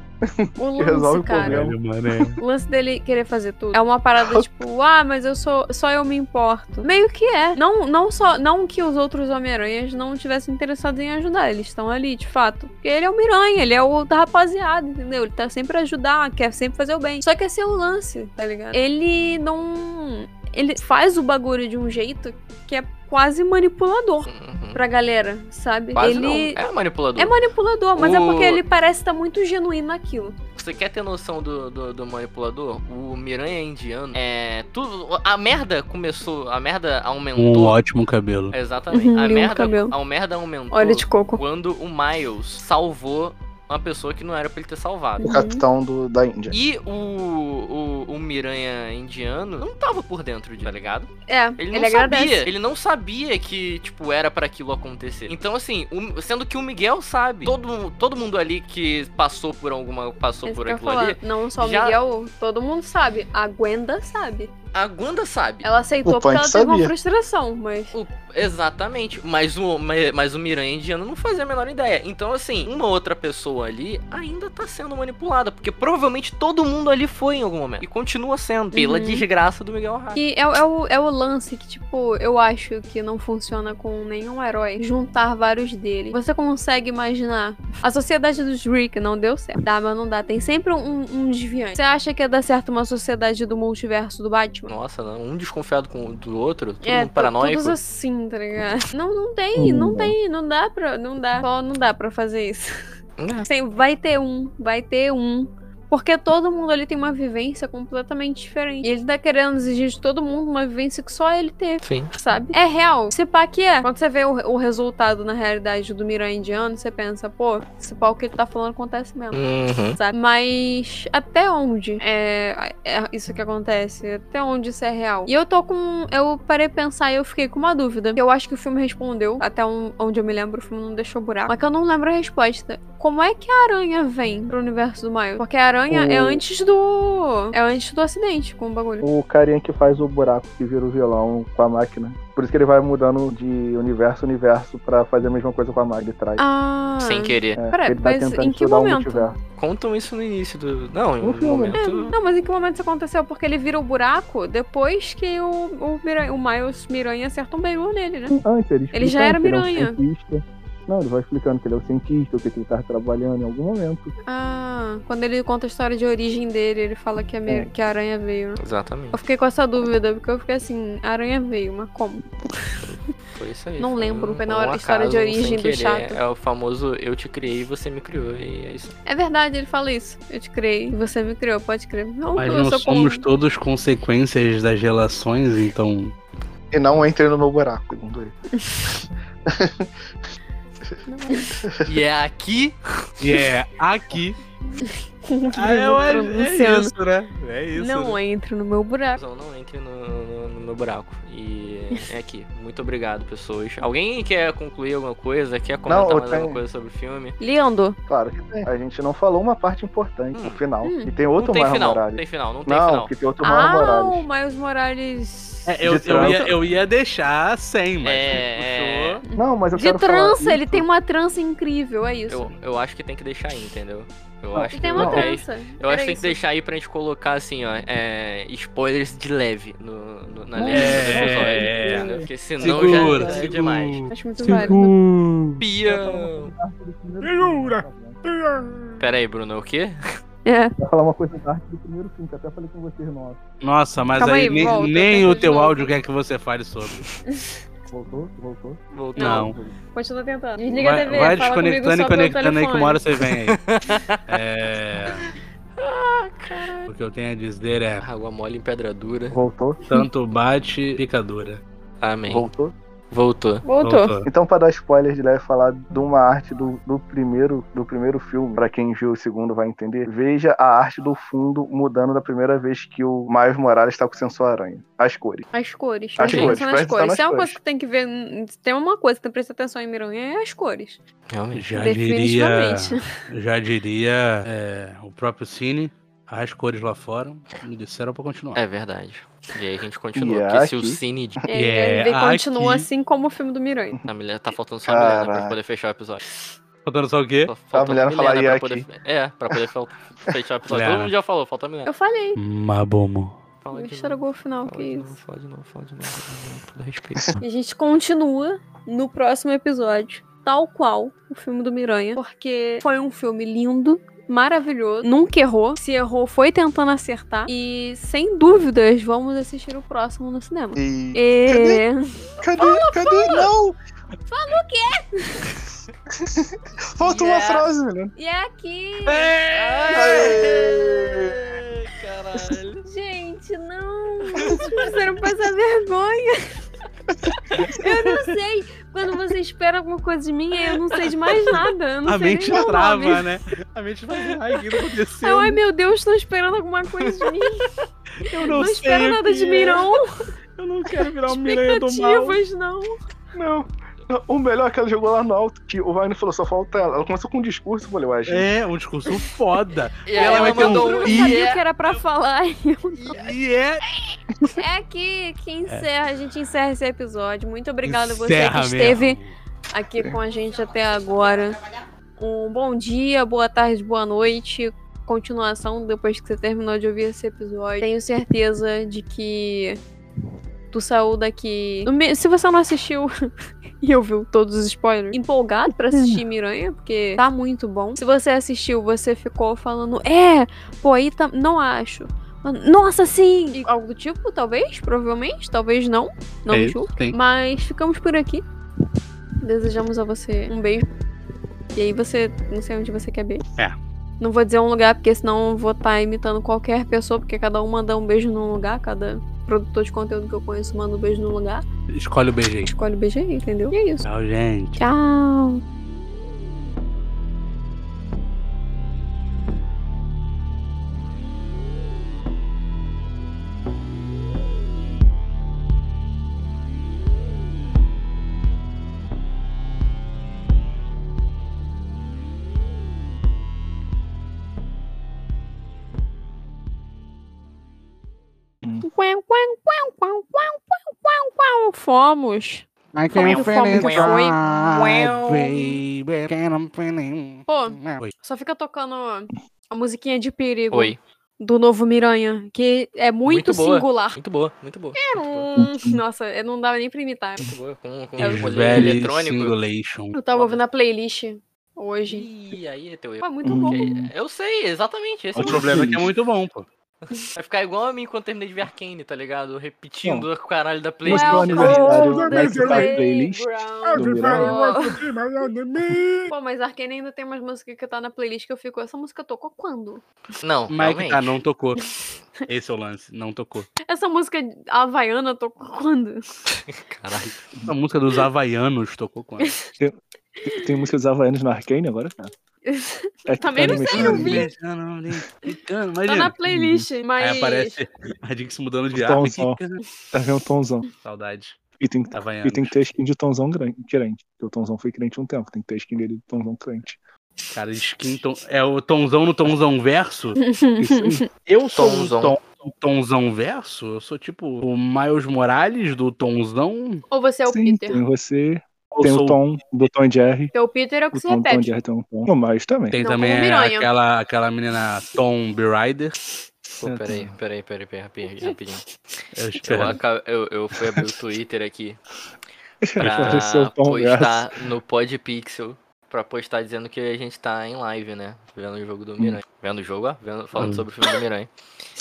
[SPEAKER 2] O
[SPEAKER 5] que resolve
[SPEAKER 2] lance,
[SPEAKER 5] o
[SPEAKER 2] cara.
[SPEAKER 5] problema.
[SPEAKER 1] Caralho, mano. é.
[SPEAKER 2] O lance dele querer fazer tudo é uma parada tipo, ah, mas eu sou. Só eu me importo. Meio que é. Não, não só. Não que os outros Homem-Aranhas não tivessem interessados em ajudar. Eles estão ali, de fato. Porque ele é o Miranha, ele é o da rapaziada, entendeu? Ele tá sempre a ajudar, quer sempre fazer o bem. Só que esse é o lance, tá ligado? Ele não. Ele faz o bagulho de um jeito que é quase manipulador
[SPEAKER 3] Uhum.
[SPEAKER 2] pra galera, sabe?
[SPEAKER 3] Quase
[SPEAKER 2] ele.
[SPEAKER 3] não. É manipulador.
[SPEAKER 2] É manipulador, mas é
[SPEAKER 3] O-
[SPEAKER 2] porque ele parece estar muito genuíno naquilo.
[SPEAKER 3] Você quer ter noção do, do, do manipulador? O Miranha indiano é. Tudo. A merda começou. A merda
[SPEAKER 1] Um
[SPEAKER 3] aumentou.
[SPEAKER 1] ótimo cabelo.
[SPEAKER 3] Exatamente.
[SPEAKER 2] Uhum,
[SPEAKER 3] a,
[SPEAKER 2] lindo
[SPEAKER 3] merda,
[SPEAKER 2] cabelo.
[SPEAKER 3] a merda aumentou
[SPEAKER 2] Olha de coco.
[SPEAKER 3] quando o Miles salvou uma pessoa que não era pra ele ter salvado.
[SPEAKER 5] O capitão do, da Índia.
[SPEAKER 3] E o, o, o Miranha indiano não tava por dentro disso, tá ligado?
[SPEAKER 2] É,
[SPEAKER 3] Ele
[SPEAKER 2] ele,
[SPEAKER 3] não sabia.
[SPEAKER 2] agradece.
[SPEAKER 3] Ele não sabia que, tipo, era pra aquilo acontecer. Então, assim, o- sendo que o Miguel sabe. Todo, todo mundo ali que passou por alguma. passou
[SPEAKER 2] Isso
[SPEAKER 3] por
[SPEAKER 2] que eu ia
[SPEAKER 3] aquilo
[SPEAKER 2] falar.
[SPEAKER 3] ali.
[SPEAKER 2] Não só o
[SPEAKER 3] já-
[SPEAKER 2] Miguel, todo mundo sabe. A Gwenda sabe.
[SPEAKER 3] A Wanda sabe.
[SPEAKER 2] Ela aceitou
[SPEAKER 5] O
[SPEAKER 2] porque ela
[SPEAKER 5] Punk
[SPEAKER 2] teve uma
[SPEAKER 5] sabia.
[SPEAKER 2] frustração, mas.
[SPEAKER 3] Exatamente. Mas o, mas, mas o Miranha indiano não fazia a menor ideia. Então, assim, uma outra pessoa ali ainda tá sendo manipulada. Porque provavelmente todo mundo ali foi em algum momento. E continua sendo. Pela
[SPEAKER 2] Uhum.
[SPEAKER 3] desgraça do Miguel Hack.
[SPEAKER 2] Que é, o- é o, é o lance que, tipo, eu acho que não funciona com nenhum herói juntar vários dele. Você consegue imaginar. A sociedade dos Rick não deu certo. Dá, mas não dá. Tem sempre um, um desviante. Você acha que ia dar certo uma sociedade do multiverso do Batman?
[SPEAKER 3] Nossa, não. um desconfiado com o do outro, todo
[SPEAKER 2] é,
[SPEAKER 3] mundo
[SPEAKER 2] tu-
[SPEAKER 3] paranoico.
[SPEAKER 2] todos assim, tá ligado? Não, não
[SPEAKER 5] Hum,
[SPEAKER 2] tem,
[SPEAKER 5] é.
[SPEAKER 2] não tem, não dá pra, não dá, só não dá pra fazer isso.
[SPEAKER 3] É.
[SPEAKER 2] Tem- vai ter um, vai ter um. Porque todo mundo ali tem uma vivência completamente diferente. E ele tá querendo exigir de todo mundo uma vivência que só ele teve,
[SPEAKER 3] Sim.
[SPEAKER 2] sabe? É real. Se pá que é. Quando você vê o, o resultado na realidade do Miran indiano, você pensa, pô, esse pau que ele tá falando acontece mesmo.
[SPEAKER 3] Uhum.
[SPEAKER 2] Sabe? Mas até onde é, é isso que acontece? Até onde isso é real? E eu tô com. Eu parei pra pensar e eu fiquei com uma dúvida. Eu acho que o filme respondeu. Até um- onde eu me lembro, o filme não deixou buraco. Mas que eu não lembro a resposta. Como é que a aranha vem pro universo do Miles? Porque a aranha
[SPEAKER 5] O-
[SPEAKER 2] é antes do. É antes do acidente com o bagulho.
[SPEAKER 5] O carinha que faz o buraco que vira o vilão com a máquina. Por isso que ele vai mudando de universo a universo pra fazer a mesma coisa com a máquina. Ele traz.
[SPEAKER 2] Ah.
[SPEAKER 3] Sem querer.
[SPEAKER 5] É,
[SPEAKER 2] peraí,
[SPEAKER 5] ele tá
[SPEAKER 2] mas
[SPEAKER 5] tentando
[SPEAKER 2] em que
[SPEAKER 5] estudar o
[SPEAKER 2] momento? Né?
[SPEAKER 5] multiverso.
[SPEAKER 3] Contam isso no início do. Não, em
[SPEAKER 5] No
[SPEAKER 3] um
[SPEAKER 5] filme.
[SPEAKER 3] momento.
[SPEAKER 2] é. Não, mas em que momento isso aconteceu? Porque ele vira o buraco depois que o, o, Miran- o Miles Miranha acerta um beijo nele, né?
[SPEAKER 5] Antes, ele,
[SPEAKER 2] Ele
[SPEAKER 5] explica
[SPEAKER 2] já era
[SPEAKER 5] que ele é um
[SPEAKER 2] Miranha.
[SPEAKER 5] cientista. Não, ele vai explicando que ele é um cientista, o que que ele tá trabalhando em algum momento.
[SPEAKER 2] Ah, quando ele conta a história de origem dele, ele fala que a, me-
[SPEAKER 5] É.
[SPEAKER 2] que a aranha veio. né?
[SPEAKER 3] Exatamente.
[SPEAKER 2] Eu fiquei com essa dúvida, porque eu fiquei assim, a aranha veio, mas como?
[SPEAKER 3] Foi isso aí.
[SPEAKER 2] Não
[SPEAKER 3] foi
[SPEAKER 2] lembro,
[SPEAKER 3] um-
[SPEAKER 2] foi na hora-
[SPEAKER 3] um
[SPEAKER 2] história de
[SPEAKER 3] acaso,
[SPEAKER 2] origem
[SPEAKER 3] sem
[SPEAKER 2] do
[SPEAKER 3] querer.
[SPEAKER 2] chato.
[SPEAKER 3] É o famoso eu te criei, você me criou. E é isso.
[SPEAKER 2] É verdade, ele fala isso. Eu te criei, você me criou, pode crer. Não,
[SPEAKER 1] Mas
[SPEAKER 2] É, eu
[SPEAKER 1] não
[SPEAKER 2] sou
[SPEAKER 1] somos
[SPEAKER 2] como...
[SPEAKER 1] todos consequências das relações, então.
[SPEAKER 5] E não entre no meu buraco, segundo ele.
[SPEAKER 3] E é aqui.
[SPEAKER 1] E é aqui.
[SPEAKER 2] Ah, é, Pronunciando.
[SPEAKER 1] né? É
[SPEAKER 2] Não entre no meu buraco.
[SPEAKER 3] Não, não entre no, no- no meu buraco. E é aqui. Muito obrigado, pessoas. Alguém quer concluir alguma coisa? Quer comentar
[SPEAKER 5] eu
[SPEAKER 3] mais alguma
[SPEAKER 5] tenho.
[SPEAKER 3] coisa sobre o filme?
[SPEAKER 2] Leandro,
[SPEAKER 5] Claro que
[SPEAKER 2] É.
[SPEAKER 5] tem. A gente não falou uma parte importante,
[SPEAKER 3] Hum.
[SPEAKER 5] o final.
[SPEAKER 2] Hum.
[SPEAKER 5] E tem
[SPEAKER 3] não
[SPEAKER 5] outro
[SPEAKER 3] tem
[SPEAKER 5] Marra
[SPEAKER 3] final. Não
[SPEAKER 5] Morales.
[SPEAKER 3] tem final, não tem
[SPEAKER 5] Não,
[SPEAKER 3] final.
[SPEAKER 5] que tem outro Marra
[SPEAKER 2] ah, o
[SPEAKER 5] Morales.
[SPEAKER 2] Miles Morales.
[SPEAKER 1] É, eu,
[SPEAKER 5] De
[SPEAKER 1] eu, ia,
[SPEAKER 5] trança.
[SPEAKER 1] eu ia deixar sem, mas
[SPEAKER 3] É,
[SPEAKER 1] puxou.
[SPEAKER 5] Não, mas eu
[SPEAKER 2] de
[SPEAKER 5] quero
[SPEAKER 2] trança,
[SPEAKER 5] falar
[SPEAKER 2] ele
[SPEAKER 5] isso.
[SPEAKER 2] tem uma trança incrível, é isso.
[SPEAKER 3] Eu, eu acho que tem que deixar aí, entendeu? Eu
[SPEAKER 5] Não,
[SPEAKER 3] acho
[SPEAKER 2] Ele
[SPEAKER 3] que
[SPEAKER 2] tem uma
[SPEAKER 5] Não,
[SPEAKER 3] é
[SPEAKER 2] trança.
[SPEAKER 3] Eu acho que
[SPEAKER 2] Era
[SPEAKER 3] tem que
[SPEAKER 2] isso.
[SPEAKER 3] deixar aí pra gente colocar assim, ó, é, spoilers de leve no, no- na
[SPEAKER 5] É,
[SPEAKER 3] lista dos
[SPEAKER 1] é,
[SPEAKER 3] episódios,
[SPEAKER 1] é.
[SPEAKER 3] entendeu? Porque senão
[SPEAKER 1] Segura,
[SPEAKER 3] já é
[SPEAKER 1] segura.
[SPEAKER 3] demais.
[SPEAKER 2] Acho muito válido.
[SPEAKER 1] Segura.
[SPEAKER 3] Pia.
[SPEAKER 5] Segura!
[SPEAKER 3] Pera aí, Bruno, o quê?
[SPEAKER 2] É.
[SPEAKER 5] Vai falar uma coisa da arte do primeiro filme, que eu até falei com vocês no off.
[SPEAKER 1] Nossa, mas
[SPEAKER 2] Calma
[SPEAKER 1] aí,
[SPEAKER 2] aí,
[SPEAKER 1] nem,
[SPEAKER 2] volta,
[SPEAKER 1] nem
[SPEAKER 2] tenta
[SPEAKER 1] o
[SPEAKER 2] de
[SPEAKER 1] teu
[SPEAKER 2] novo.
[SPEAKER 1] áudio quer que você fale sobre.
[SPEAKER 5] Voltou? Voltou?
[SPEAKER 3] Voltou.
[SPEAKER 1] Não.
[SPEAKER 2] Continua tentando. Desliga a
[SPEAKER 1] vai
[SPEAKER 2] TV,
[SPEAKER 1] vai
[SPEAKER 2] fala
[SPEAKER 1] desconectando e
[SPEAKER 2] comigo só pelo
[SPEAKER 1] conectando aí que
[SPEAKER 2] telefone.
[SPEAKER 1] uma hora você vem aí. é. O que eu tenho a dizer é:
[SPEAKER 3] Água mole em pedra dura.
[SPEAKER 5] Voltou?
[SPEAKER 1] tanto bate, picadora.
[SPEAKER 3] Amém.
[SPEAKER 5] Voltou?
[SPEAKER 3] Voltou.
[SPEAKER 2] Voltou.
[SPEAKER 5] Então, pra dar spoilers de leve, falar de uma arte do, do primeiro do primeiro filme, pra quem viu o segundo vai entender. Veja a arte do fundo mudando da primeira vez que o Miles Morales tá com o sensor aranha. As cores.
[SPEAKER 2] As cores.
[SPEAKER 5] As
[SPEAKER 2] presta
[SPEAKER 5] cores,
[SPEAKER 2] atenção nas
[SPEAKER 5] presta
[SPEAKER 2] cores.
[SPEAKER 5] atenção
[SPEAKER 2] Se é uma coisa
[SPEAKER 5] nas cores.
[SPEAKER 2] que tem que ver. hum, se Tem uma coisa que tem que prestar atenção em Miranha é as cores.
[SPEAKER 3] Realmente.
[SPEAKER 1] Já diria,
[SPEAKER 2] Definitivamente.
[SPEAKER 1] já diria é, o próprio Cine, as cores lá fora, me disseram pra continuar.
[SPEAKER 3] É verdade. E aí a gente continua.
[SPEAKER 5] E
[SPEAKER 3] porque se o
[SPEAKER 5] aqui?
[SPEAKER 3] Cine de-
[SPEAKER 1] É,
[SPEAKER 2] É, ele continua
[SPEAKER 1] aqui-
[SPEAKER 2] assim como o filme do Miranha.
[SPEAKER 3] a mulher tá faltando só a mulher né, pra
[SPEAKER 5] Caraca.
[SPEAKER 3] poder fechar o episódio.
[SPEAKER 1] Faltando só o quê?
[SPEAKER 3] Só falta
[SPEAKER 5] mulher falar,
[SPEAKER 3] Milena
[SPEAKER 5] "E
[SPEAKER 3] pra poder fe- É, pra poder fel- fechar o episódio.
[SPEAKER 1] Milena.
[SPEAKER 3] Todo mundo já falou, falta a Milena.
[SPEAKER 2] Eu falei.
[SPEAKER 1] Mabomo.
[SPEAKER 3] Fala de novo,
[SPEAKER 2] Estragou o final, que
[SPEAKER 3] fala de novo,
[SPEAKER 2] isso.
[SPEAKER 3] fala de novo, fala de novo, fala de novo, com todo respeito.
[SPEAKER 2] E a gente continua no próximo episódio, tal qual o filme do Miranha, porque foi um filme lindo. Maravilhoso, nunca errou. Se errou, foi tentando acertar. E sem dúvidas, vamos assistir o próximo no cinema.
[SPEAKER 5] E.
[SPEAKER 2] E...
[SPEAKER 5] Cadê? Cadê? Não!
[SPEAKER 4] Falta uma
[SPEAKER 2] Yeah.
[SPEAKER 4] frase, menino.
[SPEAKER 2] E é aqui!
[SPEAKER 3] Aê! Caralho.
[SPEAKER 2] Gente, não! Vocês fizeram passar vergonha! Eu não sei! Quando você espera alguma coisa de mim, eu não sei de mais nada. Eu não
[SPEAKER 1] A
[SPEAKER 2] sei nem
[SPEAKER 1] mente
[SPEAKER 2] meu nome.
[SPEAKER 1] trava, né? A mente vai. Ai, o que aconteceu?
[SPEAKER 2] Eu, ai meu Deus, estão esperando alguma coisa de mim.
[SPEAKER 1] eu
[SPEAKER 2] Não,
[SPEAKER 1] sei
[SPEAKER 2] espero
[SPEAKER 1] o
[SPEAKER 2] nada
[SPEAKER 1] que
[SPEAKER 2] de
[SPEAKER 1] é.
[SPEAKER 2] mim, não.
[SPEAKER 1] Eu não quero virar um Miranha do mal.
[SPEAKER 2] Expectativas, não.
[SPEAKER 5] Não. Não, O melhor é que ela jogou lá no alto, que o Wagner falou, só falta ela. Ela começou com um discurso, eu falei, ué, gente,
[SPEAKER 1] É, um discurso foda.
[SPEAKER 3] E aí
[SPEAKER 1] Ela
[SPEAKER 3] ela
[SPEAKER 1] vai ter um
[SPEAKER 3] mandou um
[SPEAKER 2] Eu
[SPEAKER 1] E
[SPEAKER 2] sabia o
[SPEAKER 3] yeah.
[SPEAKER 2] que era pra falar.
[SPEAKER 1] E é.
[SPEAKER 2] É aqui que encerra, a gente encerra esse episódio. Muito obrigada a você que
[SPEAKER 1] Encerra
[SPEAKER 2] esteve
[SPEAKER 1] mesmo.
[SPEAKER 2] aqui com a gente até agora. Um bom dia, boa tarde, boa noite. Continuação depois que você terminou de ouvir esse episódio. Tenho certeza de que tu saiu daqui. no me- Se você não assistiu e ouviu todos os spoilers, empolgado pra assistir Miranha, porque tá muito bom. Se você assistiu, você ficou falando, é, pô, aí tá. Não acho. Nossa, sim! E algo do tipo, talvez, provavelmente, talvez não. Não
[SPEAKER 1] É,
[SPEAKER 2] julgo.
[SPEAKER 1] tem.
[SPEAKER 2] Mas ficamos por aqui. Desejamos a você um beijo. E aí você, não sei onde você quer beijo.
[SPEAKER 1] É.
[SPEAKER 2] Não vou dizer um lugar, porque senão eu vou estar imitando qualquer pessoa, porque cada um manda um beijo num lugar, cada produtor de conteúdo que eu conheço manda um beijo num lugar.
[SPEAKER 1] Escolhe o beijinho.
[SPEAKER 2] Escolhe o beijo aí, entendeu? E é isso.
[SPEAKER 1] Tchau, gente.
[SPEAKER 2] Tchau! Quão, quão, quão, quão, quão, quão, quão, quão. Fomos.
[SPEAKER 1] I
[SPEAKER 2] can't feel it,
[SPEAKER 1] baby.
[SPEAKER 2] Pô,
[SPEAKER 1] Oi.
[SPEAKER 2] só fica tocando a musiquinha de perigo
[SPEAKER 3] Oi.
[SPEAKER 2] do novo Miranha, que é
[SPEAKER 3] Muito
[SPEAKER 2] muito,
[SPEAKER 3] boa.
[SPEAKER 2] singular.
[SPEAKER 3] Muito boa, muito boa. Muito boa,
[SPEAKER 2] Hum, Nossa, eu não dava nem pra imitar.
[SPEAKER 3] muito boa. Com, com
[SPEAKER 2] É o
[SPEAKER 3] um rolê
[SPEAKER 1] Velho
[SPEAKER 3] eletrônico.
[SPEAKER 1] Singulation.
[SPEAKER 2] Eu tava ouvindo a playlist hoje.
[SPEAKER 3] Ih, aí é teu erro.
[SPEAKER 2] Foi muito
[SPEAKER 4] Hum.
[SPEAKER 2] bom.
[SPEAKER 3] Que- Eu sei, exatamente. Esse é
[SPEAKER 1] O
[SPEAKER 3] o
[SPEAKER 1] problema é que é muito bom, pô.
[SPEAKER 3] Vai ficar igual a mim quando terminei de ver Arcane, tá ligado? Repetindo o caralho da
[SPEAKER 4] Mas
[SPEAKER 3] playlist.
[SPEAKER 4] meu
[SPEAKER 2] Welcome
[SPEAKER 4] aniversário,
[SPEAKER 2] to
[SPEAKER 4] como
[SPEAKER 2] the
[SPEAKER 4] é que tá a playlist
[SPEAKER 3] Tá
[SPEAKER 2] playground.
[SPEAKER 4] do Miranha?
[SPEAKER 2] Pô, mas Arkane ainda tem umas músicas que tá na playlist que eu fico. Essa música tocou quando?
[SPEAKER 3] Não,
[SPEAKER 1] Mas é que
[SPEAKER 3] realmente.
[SPEAKER 1] tá, não tocou. Esse é o lance, não tocou.
[SPEAKER 2] Essa música havaiana tocou quando? Tá
[SPEAKER 3] Caralho.
[SPEAKER 1] A música dos Havaianos tocou quando?
[SPEAKER 4] Tem música dos Havaianos na Arcane agora? cara? É que
[SPEAKER 2] Também
[SPEAKER 4] tá
[SPEAKER 2] não
[SPEAKER 4] no
[SPEAKER 2] sei,
[SPEAKER 5] um
[SPEAKER 4] Mexendo
[SPEAKER 2] eu
[SPEAKER 4] no
[SPEAKER 2] vi.
[SPEAKER 4] Meio.
[SPEAKER 2] Tá na
[SPEAKER 1] Imagina.
[SPEAKER 2] playlist, mas.
[SPEAKER 1] Aí aparece a Dix mudando de
[SPEAKER 4] Tom,
[SPEAKER 1] arma.
[SPEAKER 4] Tom.
[SPEAKER 1] Que...
[SPEAKER 4] Tá vendo o Tomzão.
[SPEAKER 1] Saudade.
[SPEAKER 4] E tem, que-
[SPEAKER 1] Havaianos.
[SPEAKER 4] e tem que ter a skin de Tomzão gran- crente. Porque o Tomzão foi crente um tempo. Tem que ter a skin dele de Tomzão crente.
[SPEAKER 1] Cara, skin tom... é o Tomzão no Tomzão verso? Eu sou
[SPEAKER 3] Tomzão.
[SPEAKER 1] um tom... um Tomzão verso? Eu sou tipo o Miles Morales do Tomzão?
[SPEAKER 2] Ou você é o
[SPEAKER 4] Sim,
[SPEAKER 2] Peter?
[SPEAKER 4] tem você.
[SPEAKER 1] Ou
[SPEAKER 4] tem
[SPEAKER 1] sou
[SPEAKER 4] o Tom, do Tom e Jerry.
[SPEAKER 2] Teu Peter é o que
[SPEAKER 4] O
[SPEAKER 2] se
[SPEAKER 4] Tom, Tom e
[SPEAKER 2] repete.
[SPEAKER 4] Jerry tem um Tom. O Miles também.
[SPEAKER 1] Tem
[SPEAKER 2] Não,
[SPEAKER 1] também é
[SPEAKER 2] como Miranha.
[SPEAKER 1] aquela, aquela menina Tom Rider.
[SPEAKER 3] Pô, peraí, peraí, peraí, peraí, rapidinho, rapidinho.
[SPEAKER 1] Eu
[SPEAKER 3] Eu,
[SPEAKER 1] espero.
[SPEAKER 3] aca- eu, eu fui abrir o Twitter aqui
[SPEAKER 4] Apareceu
[SPEAKER 1] um
[SPEAKER 3] pra
[SPEAKER 4] o Tom Graça.
[SPEAKER 3] postar no Podpixel. Pra postar dizendo que a gente tá em live, né? Vendo o jogo do Miranha. Vendo o jogo, ó. Vendo, falando
[SPEAKER 1] Hum.
[SPEAKER 3] sobre o filme do Miranha.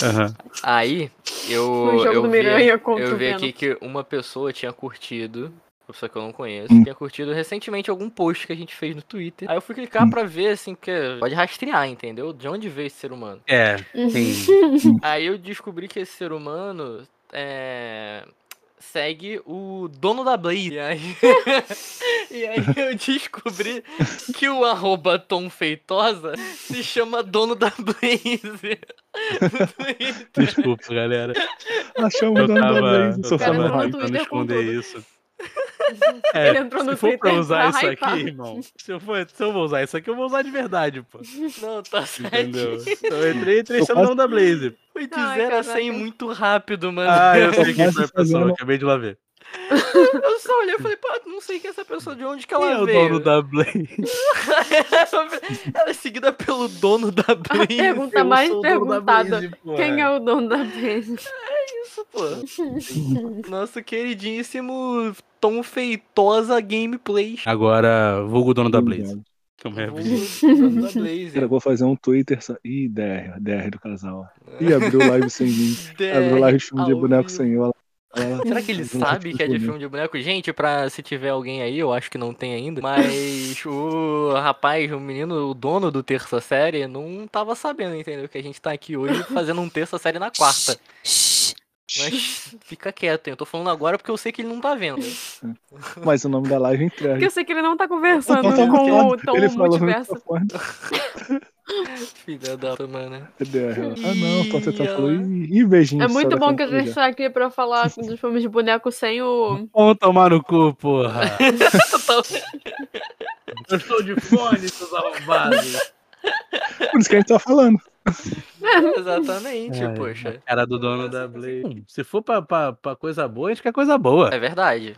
[SPEAKER 1] Aham.
[SPEAKER 3] Aí, eu.
[SPEAKER 2] No jogo
[SPEAKER 3] eu
[SPEAKER 2] do
[SPEAKER 3] vi-
[SPEAKER 2] Miranha contra
[SPEAKER 3] Eu
[SPEAKER 2] o
[SPEAKER 3] vi
[SPEAKER 2] Venom.
[SPEAKER 3] aqui que uma pessoa tinha curtido, uma pessoa que eu não conheço,
[SPEAKER 4] Hum.
[SPEAKER 3] tinha curtido recentemente algum post que a gente fez no Twitter. Aí eu fui clicar pra ver, assim, porque pode rastrear, entendeu? De onde veio esse ser humano.
[SPEAKER 1] É, sim.
[SPEAKER 3] Aí eu descobri que esse ser humano é. Segue o dono da Blaze. E aí, e aí eu descobri que o arroba Tom Feitosa se chama dono da Blaze. No Twitter.
[SPEAKER 1] Desculpa, galera.
[SPEAKER 4] Achamos um o
[SPEAKER 1] Eu
[SPEAKER 4] dono da
[SPEAKER 1] tava,
[SPEAKER 4] Blaze,
[SPEAKER 1] eu
[SPEAKER 4] seu
[SPEAKER 1] tava
[SPEAKER 2] Cara, entrou
[SPEAKER 4] Fernando.
[SPEAKER 2] no
[SPEAKER 1] tentando
[SPEAKER 2] Twitter com
[SPEAKER 1] esconder
[SPEAKER 2] tudo.
[SPEAKER 1] isso. É,
[SPEAKER 2] Ele entrou no
[SPEAKER 1] se for pra
[SPEAKER 2] Twitter pra
[SPEAKER 1] usar isso
[SPEAKER 2] hypar.
[SPEAKER 1] aqui, irmão, se eu, for, se eu vou usar isso aqui, eu vou usar de verdade, pô.
[SPEAKER 3] Não, tá certo.
[SPEAKER 1] Entendeu? Então eu entrei, entrei
[SPEAKER 4] Eu
[SPEAKER 1] sendo dono da Blaze.
[SPEAKER 3] Foi de
[SPEAKER 2] Ai,
[SPEAKER 3] 0 a
[SPEAKER 2] caraca.
[SPEAKER 3] 100 muito rápido, mano.
[SPEAKER 1] Ah, eu
[SPEAKER 4] Tô
[SPEAKER 1] sei quem foi a
[SPEAKER 4] quase
[SPEAKER 1] pessoa,
[SPEAKER 4] fazendo-
[SPEAKER 1] acabei de lá ver.
[SPEAKER 3] Eu só olhei e falei, pá, não sei quem é essa pessoa, de onde que
[SPEAKER 1] Quem
[SPEAKER 3] ela
[SPEAKER 1] é o
[SPEAKER 3] veio.
[SPEAKER 1] dono da Blaze?
[SPEAKER 3] ela é seguida pelo dono da
[SPEAKER 2] A
[SPEAKER 3] Blaze.
[SPEAKER 2] pergunta mais perguntada. Quem é o dono da Blaze?
[SPEAKER 3] Isso, pô. Nosso queridíssimo Tom Feitosa Gameplay.
[SPEAKER 1] Agora, vulgo dono da Blaze. Como Ah, é, Blaze?
[SPEAKER 3] Dono da Blaze.
[SPEAKER 4] Cara, eu vou fazer um Twitter só. Ih, DR, ó, DR do casal. ó. Ih, abriu live sem mim. Abriu live de filme de
[SPEAKER 3] ao
[SPEAKER 4] boneco
[SPEAKER 3] vivo.
[SPEAKER 4] sem eu. ó lá. Ela-
[SPEAKER 3] Será que ele
[SPEAKER 4] Não
[SPEAKER 3] sabe que é de
[SPEAKER 4] consigo
[SPEAKER 3] filme de boneco? Gente, pra se tiver alguém aí, eu acho que não tem ainda, mas o rapaz, o menino, o dono do terça série, não tava sabendo, entendeu? Que a gente tá aqui hoje fazendo um terça série na quarta. Mas fica quieto, hein? eu tô falando agora porque eu sei que ele não tá vendo.
[SPEAKER 4] Mas o nome da live é entrega.
[SPEAKER 2] Porque eu sei que ele não tá conversando
[SPEAKER 4] Não tá
[SPEAKER 2] com o
[SPEAKER 4] conversando.
[SPEAKER 2] Tom
[SPEAKER 4] Ele falou no
[SPEAKER 2] Multiverso.
[SPEAKER 4] microfone.
[SPEAKER 3] Filha da puta, né?
[SPEAKER 4] Entendeu? Ela, Ah, não, pode
[SPEAKER 3] Ih,
[SPEAKER 4] tentar falar.
[SPEAKER 3] ó.
[SPEAKER 4] Ih, beijinho.
[SPEAKER 2] É muito
[SPEAKER 4] Sarah
[SPEAKER 2] bom que a
[SPEAKER 4] Confusa.
[SPEAKER 2] gente tá aqui pra falar dos filmes de boneco sem o.
[SPEAKER 1] Vão tomar no cu, porra.
[SPEAKER 3] Tô-
[SPEAKER 1] Eu estou de fone, seus arrombados.
[SPEAKER 4] Por isso que a gente tá falando.
[SPEAKER 3] Exatamente,
[SPEAKER 1] Ai,
[SPEAKER 3] poxa.
[SPEAKER 1] a cara do dono da Blade. Se for pra, pra, pra coisa boa, a gente quer coisa boa.
[SPEAKER 3] É verdade.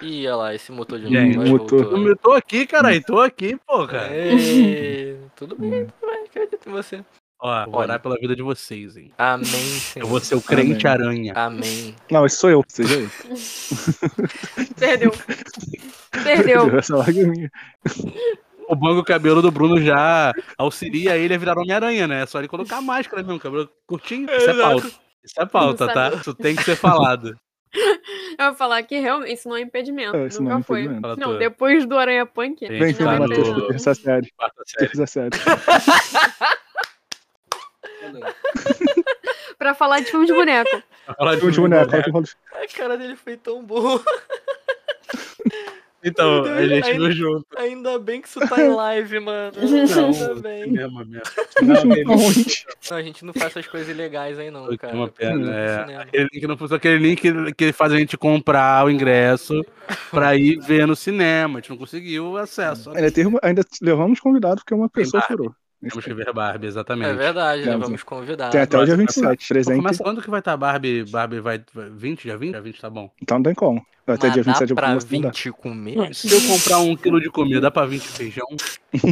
[SPEAKER 3] Ih, olha lá, esse motor de
[SPEAKER 1] Gente,
[SPEAKER 3] novo, mas
[SPEAKER 4] motor.
[SPEAKER 1] Eu
[SPEAKER 3] voltou.
[SPEAKER 1] me- tô aqui, cara, e tô aqui, porra.
[SPEAKER 3] Ê, Tudo
[SPEAKER 1] Hum.
[SPEAKER 3] bem, tudo bem, acredito em você.
[SPEAKER 1] Ó, vou
[SPEAKER 3] Olha.
[SPEAKER 1] orar pela vida de vocês, hein.
[SPEAKER 3] Amém, Senhor.
[SPEAKER 1] Eu vou ser o crente aranha.
[SPEAKER 3] Amém.
[SPEAKER 4] Não, esse sou eu. Seja eu.
[SPEAKER 2] Perdeu. Perdeu.
[SPEAKER 4] Essa é lagriminha.
[SPEAKER 1] O banco cabelo do Bruno já auxilia ele a virar Homem-Aranha, né? É só ele colocar a máscara mesmo, cabelo curtinho. Isso é
[SPEAKER 3] Exato.
[SPEAKER 1] pauta. Isso é pauta, tá? Isso tem que ser falado.
[SPEAKER 2] Eu vou falar que realmente isso não é impedimento.
[SPEAKER 4] Ah, Esse
[SPEAKER 2] nunca
[SPEAKER 4] nome
[SPEAKER 2] foi.
[SPEAKER 4] foi
[SPEAKER 1] Fala
[SPEAKER 2] Não,
[SPEAKER 1] tu.
[SPEAKER 2] depois do Aranha Punk.
[SPEAKER 1] Gente,
[SPEAKER 4] Vem que eu
[SPEAKER 2] não
[SPEAKER 1] tá
[SPEAKER 4] vou
[SPEAKER 1] no
[SPEAKER 2] é
[SPEAKER 4] bater
[SPEAKER 2] impedimento.
[SPEAKER 4] do terça série.
[SPEAKER 1] quarta série.
[SPEAKER 4] Terça série.
[SPEAKER 2] Pra falar de filme de boneco.
[SPEAKER 1] Pra falar de né?
[SPEAKER 4] Filme de
[SPEAKER 1] filme
[SPEAKER 4] boneco,
[SPEAKER 1] boneco.
[SPEAKER 4] fala que eu falo.
[SPEAKER 3] A cara dele foi tão boa.
[SPEAKER 1] Então,
[SPEAKER 3] Meu
[SPEAKER 1] a
[SPEAKER 3] Deus,
[SPEAKER 1] gente
[SPEAKER 3] aí-
[SPEAKER 1] viu junto.
[SPEAKER 3] Ainda bem que isso tá em live, mano. Ainda bem.
[SPEAKER 1] Mesmo, mesmo. Não,
[SPEAKER 4] tá
[SPEAKER 1] mesmo.
[SPEAKER 3] Não, a gente não faz essas coisas ilegais aí, não,
[SPEAKER 1] Foi
[SPEAKER 3] cara.
[SPEAKER 1] uma
[SPEAKER 3] Pelo
[SPEAKER 1] pena, é.
[SPEAKER 3] cinema.
[SPEAKER 1] Aquele link não funciona, aquele link que faz a gente comprar o ingresso pra ir ver no cinema. A gente não conseguiu o acesso.
[SPEAKER 4] Ainda, teve uma- é ainda levamos convidado porque uma pessoa
[SPEAKER 1] Barbie.
[SPEAKER 4] furou.
[SPEAKER 1] Temos que ver Barbie,
[SPEAKER 3] É
[SPEAKER 1] exatamente.
[SPEAKER 3] verdade, né?
[SPEAKER 4] Não,
[SPEAKER 3] Vamos convidar.
[SPEAKER 4] Tem até o dia
[SPEAKER 1] Agora,
[SPEAKER 4] 27.
[SPEAKER 1] Então,
[SPEAKER 4] Presente.
[SPEAKER 1] começa- quando que vai estar Barbie? Barbie vai. vai- 20? Já 20? Já 20, tá bom.
[SPEAKER 4] Então não tem como. Até
[SPEAKER 3] Mas
[SPEAKER 4] dia 27
[SPEAKER 3] dá
[SPEAKER 4] eu
[SPEAKER 3] pra
[SPEAKER 4] vou mandar.
[SPEAKER 3] 20 comer?
[SPEAKER 1] Se eu comprar um quilo de comida, dá pra 20 feijão?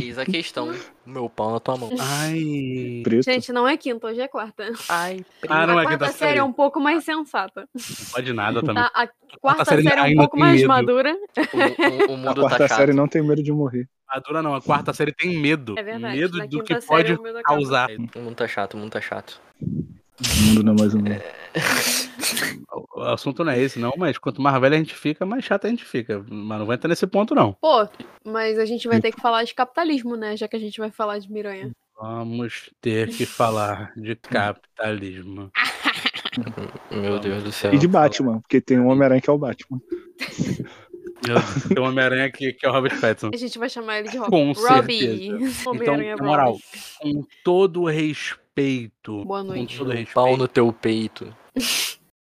[SPEAKER 3] Eis a questão. Meu pau na tua mão.
[SPEAKER 1] Ah, Ai.
[SPEAKER 4] Preto.
[SPEAKER 2] Gente, não é quinta, hoje é quarta.
[SPEAKER 3] Ai,
[SPEAKER 1] Ah, não
[SPEAKER 2] a
[SPEAKER 1] é
[SPEAKER 2] quarta
[SPEAKER 1] quinta
[SPEAKER 2] série
[SPEAKER 1] série.
[SPEAKER 2] é um pouco mais sensata.
[SPEAKER 1] Não pode nada também.
[SPEAKER 2] Tá? A quarta
[SPEAKER 1] série
[SPEAKER 2] série é um
[SPEAKER 1] ainda
[SPEAKER 2] pouco
[SPEAKER 1] tem
[SPEAKER 2] mais
[SPEAKER 1] medo.
[SPEAKER 2] madura.
[SPEAKER 3] o, o- o
[SPEAKER 4] A
[SPEAKER 3] mundo tá
[SPEAKER 4] quarta
[SPEAKER 3] chato.
[SPEAKER 4] série não tem medo de morrer.
[SPEAKER 1] Madura Ah, não, a quarta série tem medo.
[SPEAKER 2] É verdade.
[SPEAKER 1] medo
[SPEAKER 2] na
[SPEAKER 1] do
[SPEAKER 2] quinta
[SPEAKER 1] que
[SPEAKER 2] série é
[SPEAKER 1] pode
[SPEAKER 2] o medo acaba.
[SPEAKER 1] causar.
[SPEAKER 3] O mundo tá chato, o mundo tá chato.
[SPEAKER 4] O mundo não é mais um. mundo.
[SPEAKER 1] O o assunto não é esse, não, mas quanto mais velho a gente fica, mais chato a gente fica. Mas não vai entrar nesse ponto, não.
[SPEAKER 2] Pô, mas a gente vai ter que falar de capitalismo, né? Já que a gente vai falar de Miranha.
[SPEAKER 1] Vamos ter que falar de capitalismo.
[SPEAKER 3] Meu Deus do céu.
[SPEAKER 4] E de Batman, porque tem um Homem-Aranha que é o Batman.
[SPEAKER 1] Meu Deus, Tem o Homem-Aranha aqui, que é o Robert Pattinson.
[SPEAKER 2] A gente vai chamar ele de Rob.
[SPEAKER 1] Com
[SPEAKER 2] Robbie.
[SPEAKER 1] Então,
[SPEAKER 2] Homem-Aranha
[SPEAKER 1] na moral,
[SPEAKER 2] Robbie.
[SPEAKER 1] com todo respeito.
[SPEAKER 2] Boa
[SPEAKER 1] Com
[SPEAKER 2] noite.
[SPEAKER 1] todo
[SPEAKER 3] Pau
[SPEAKER 1] respeito.
[SPEAKER 3] no teu peito.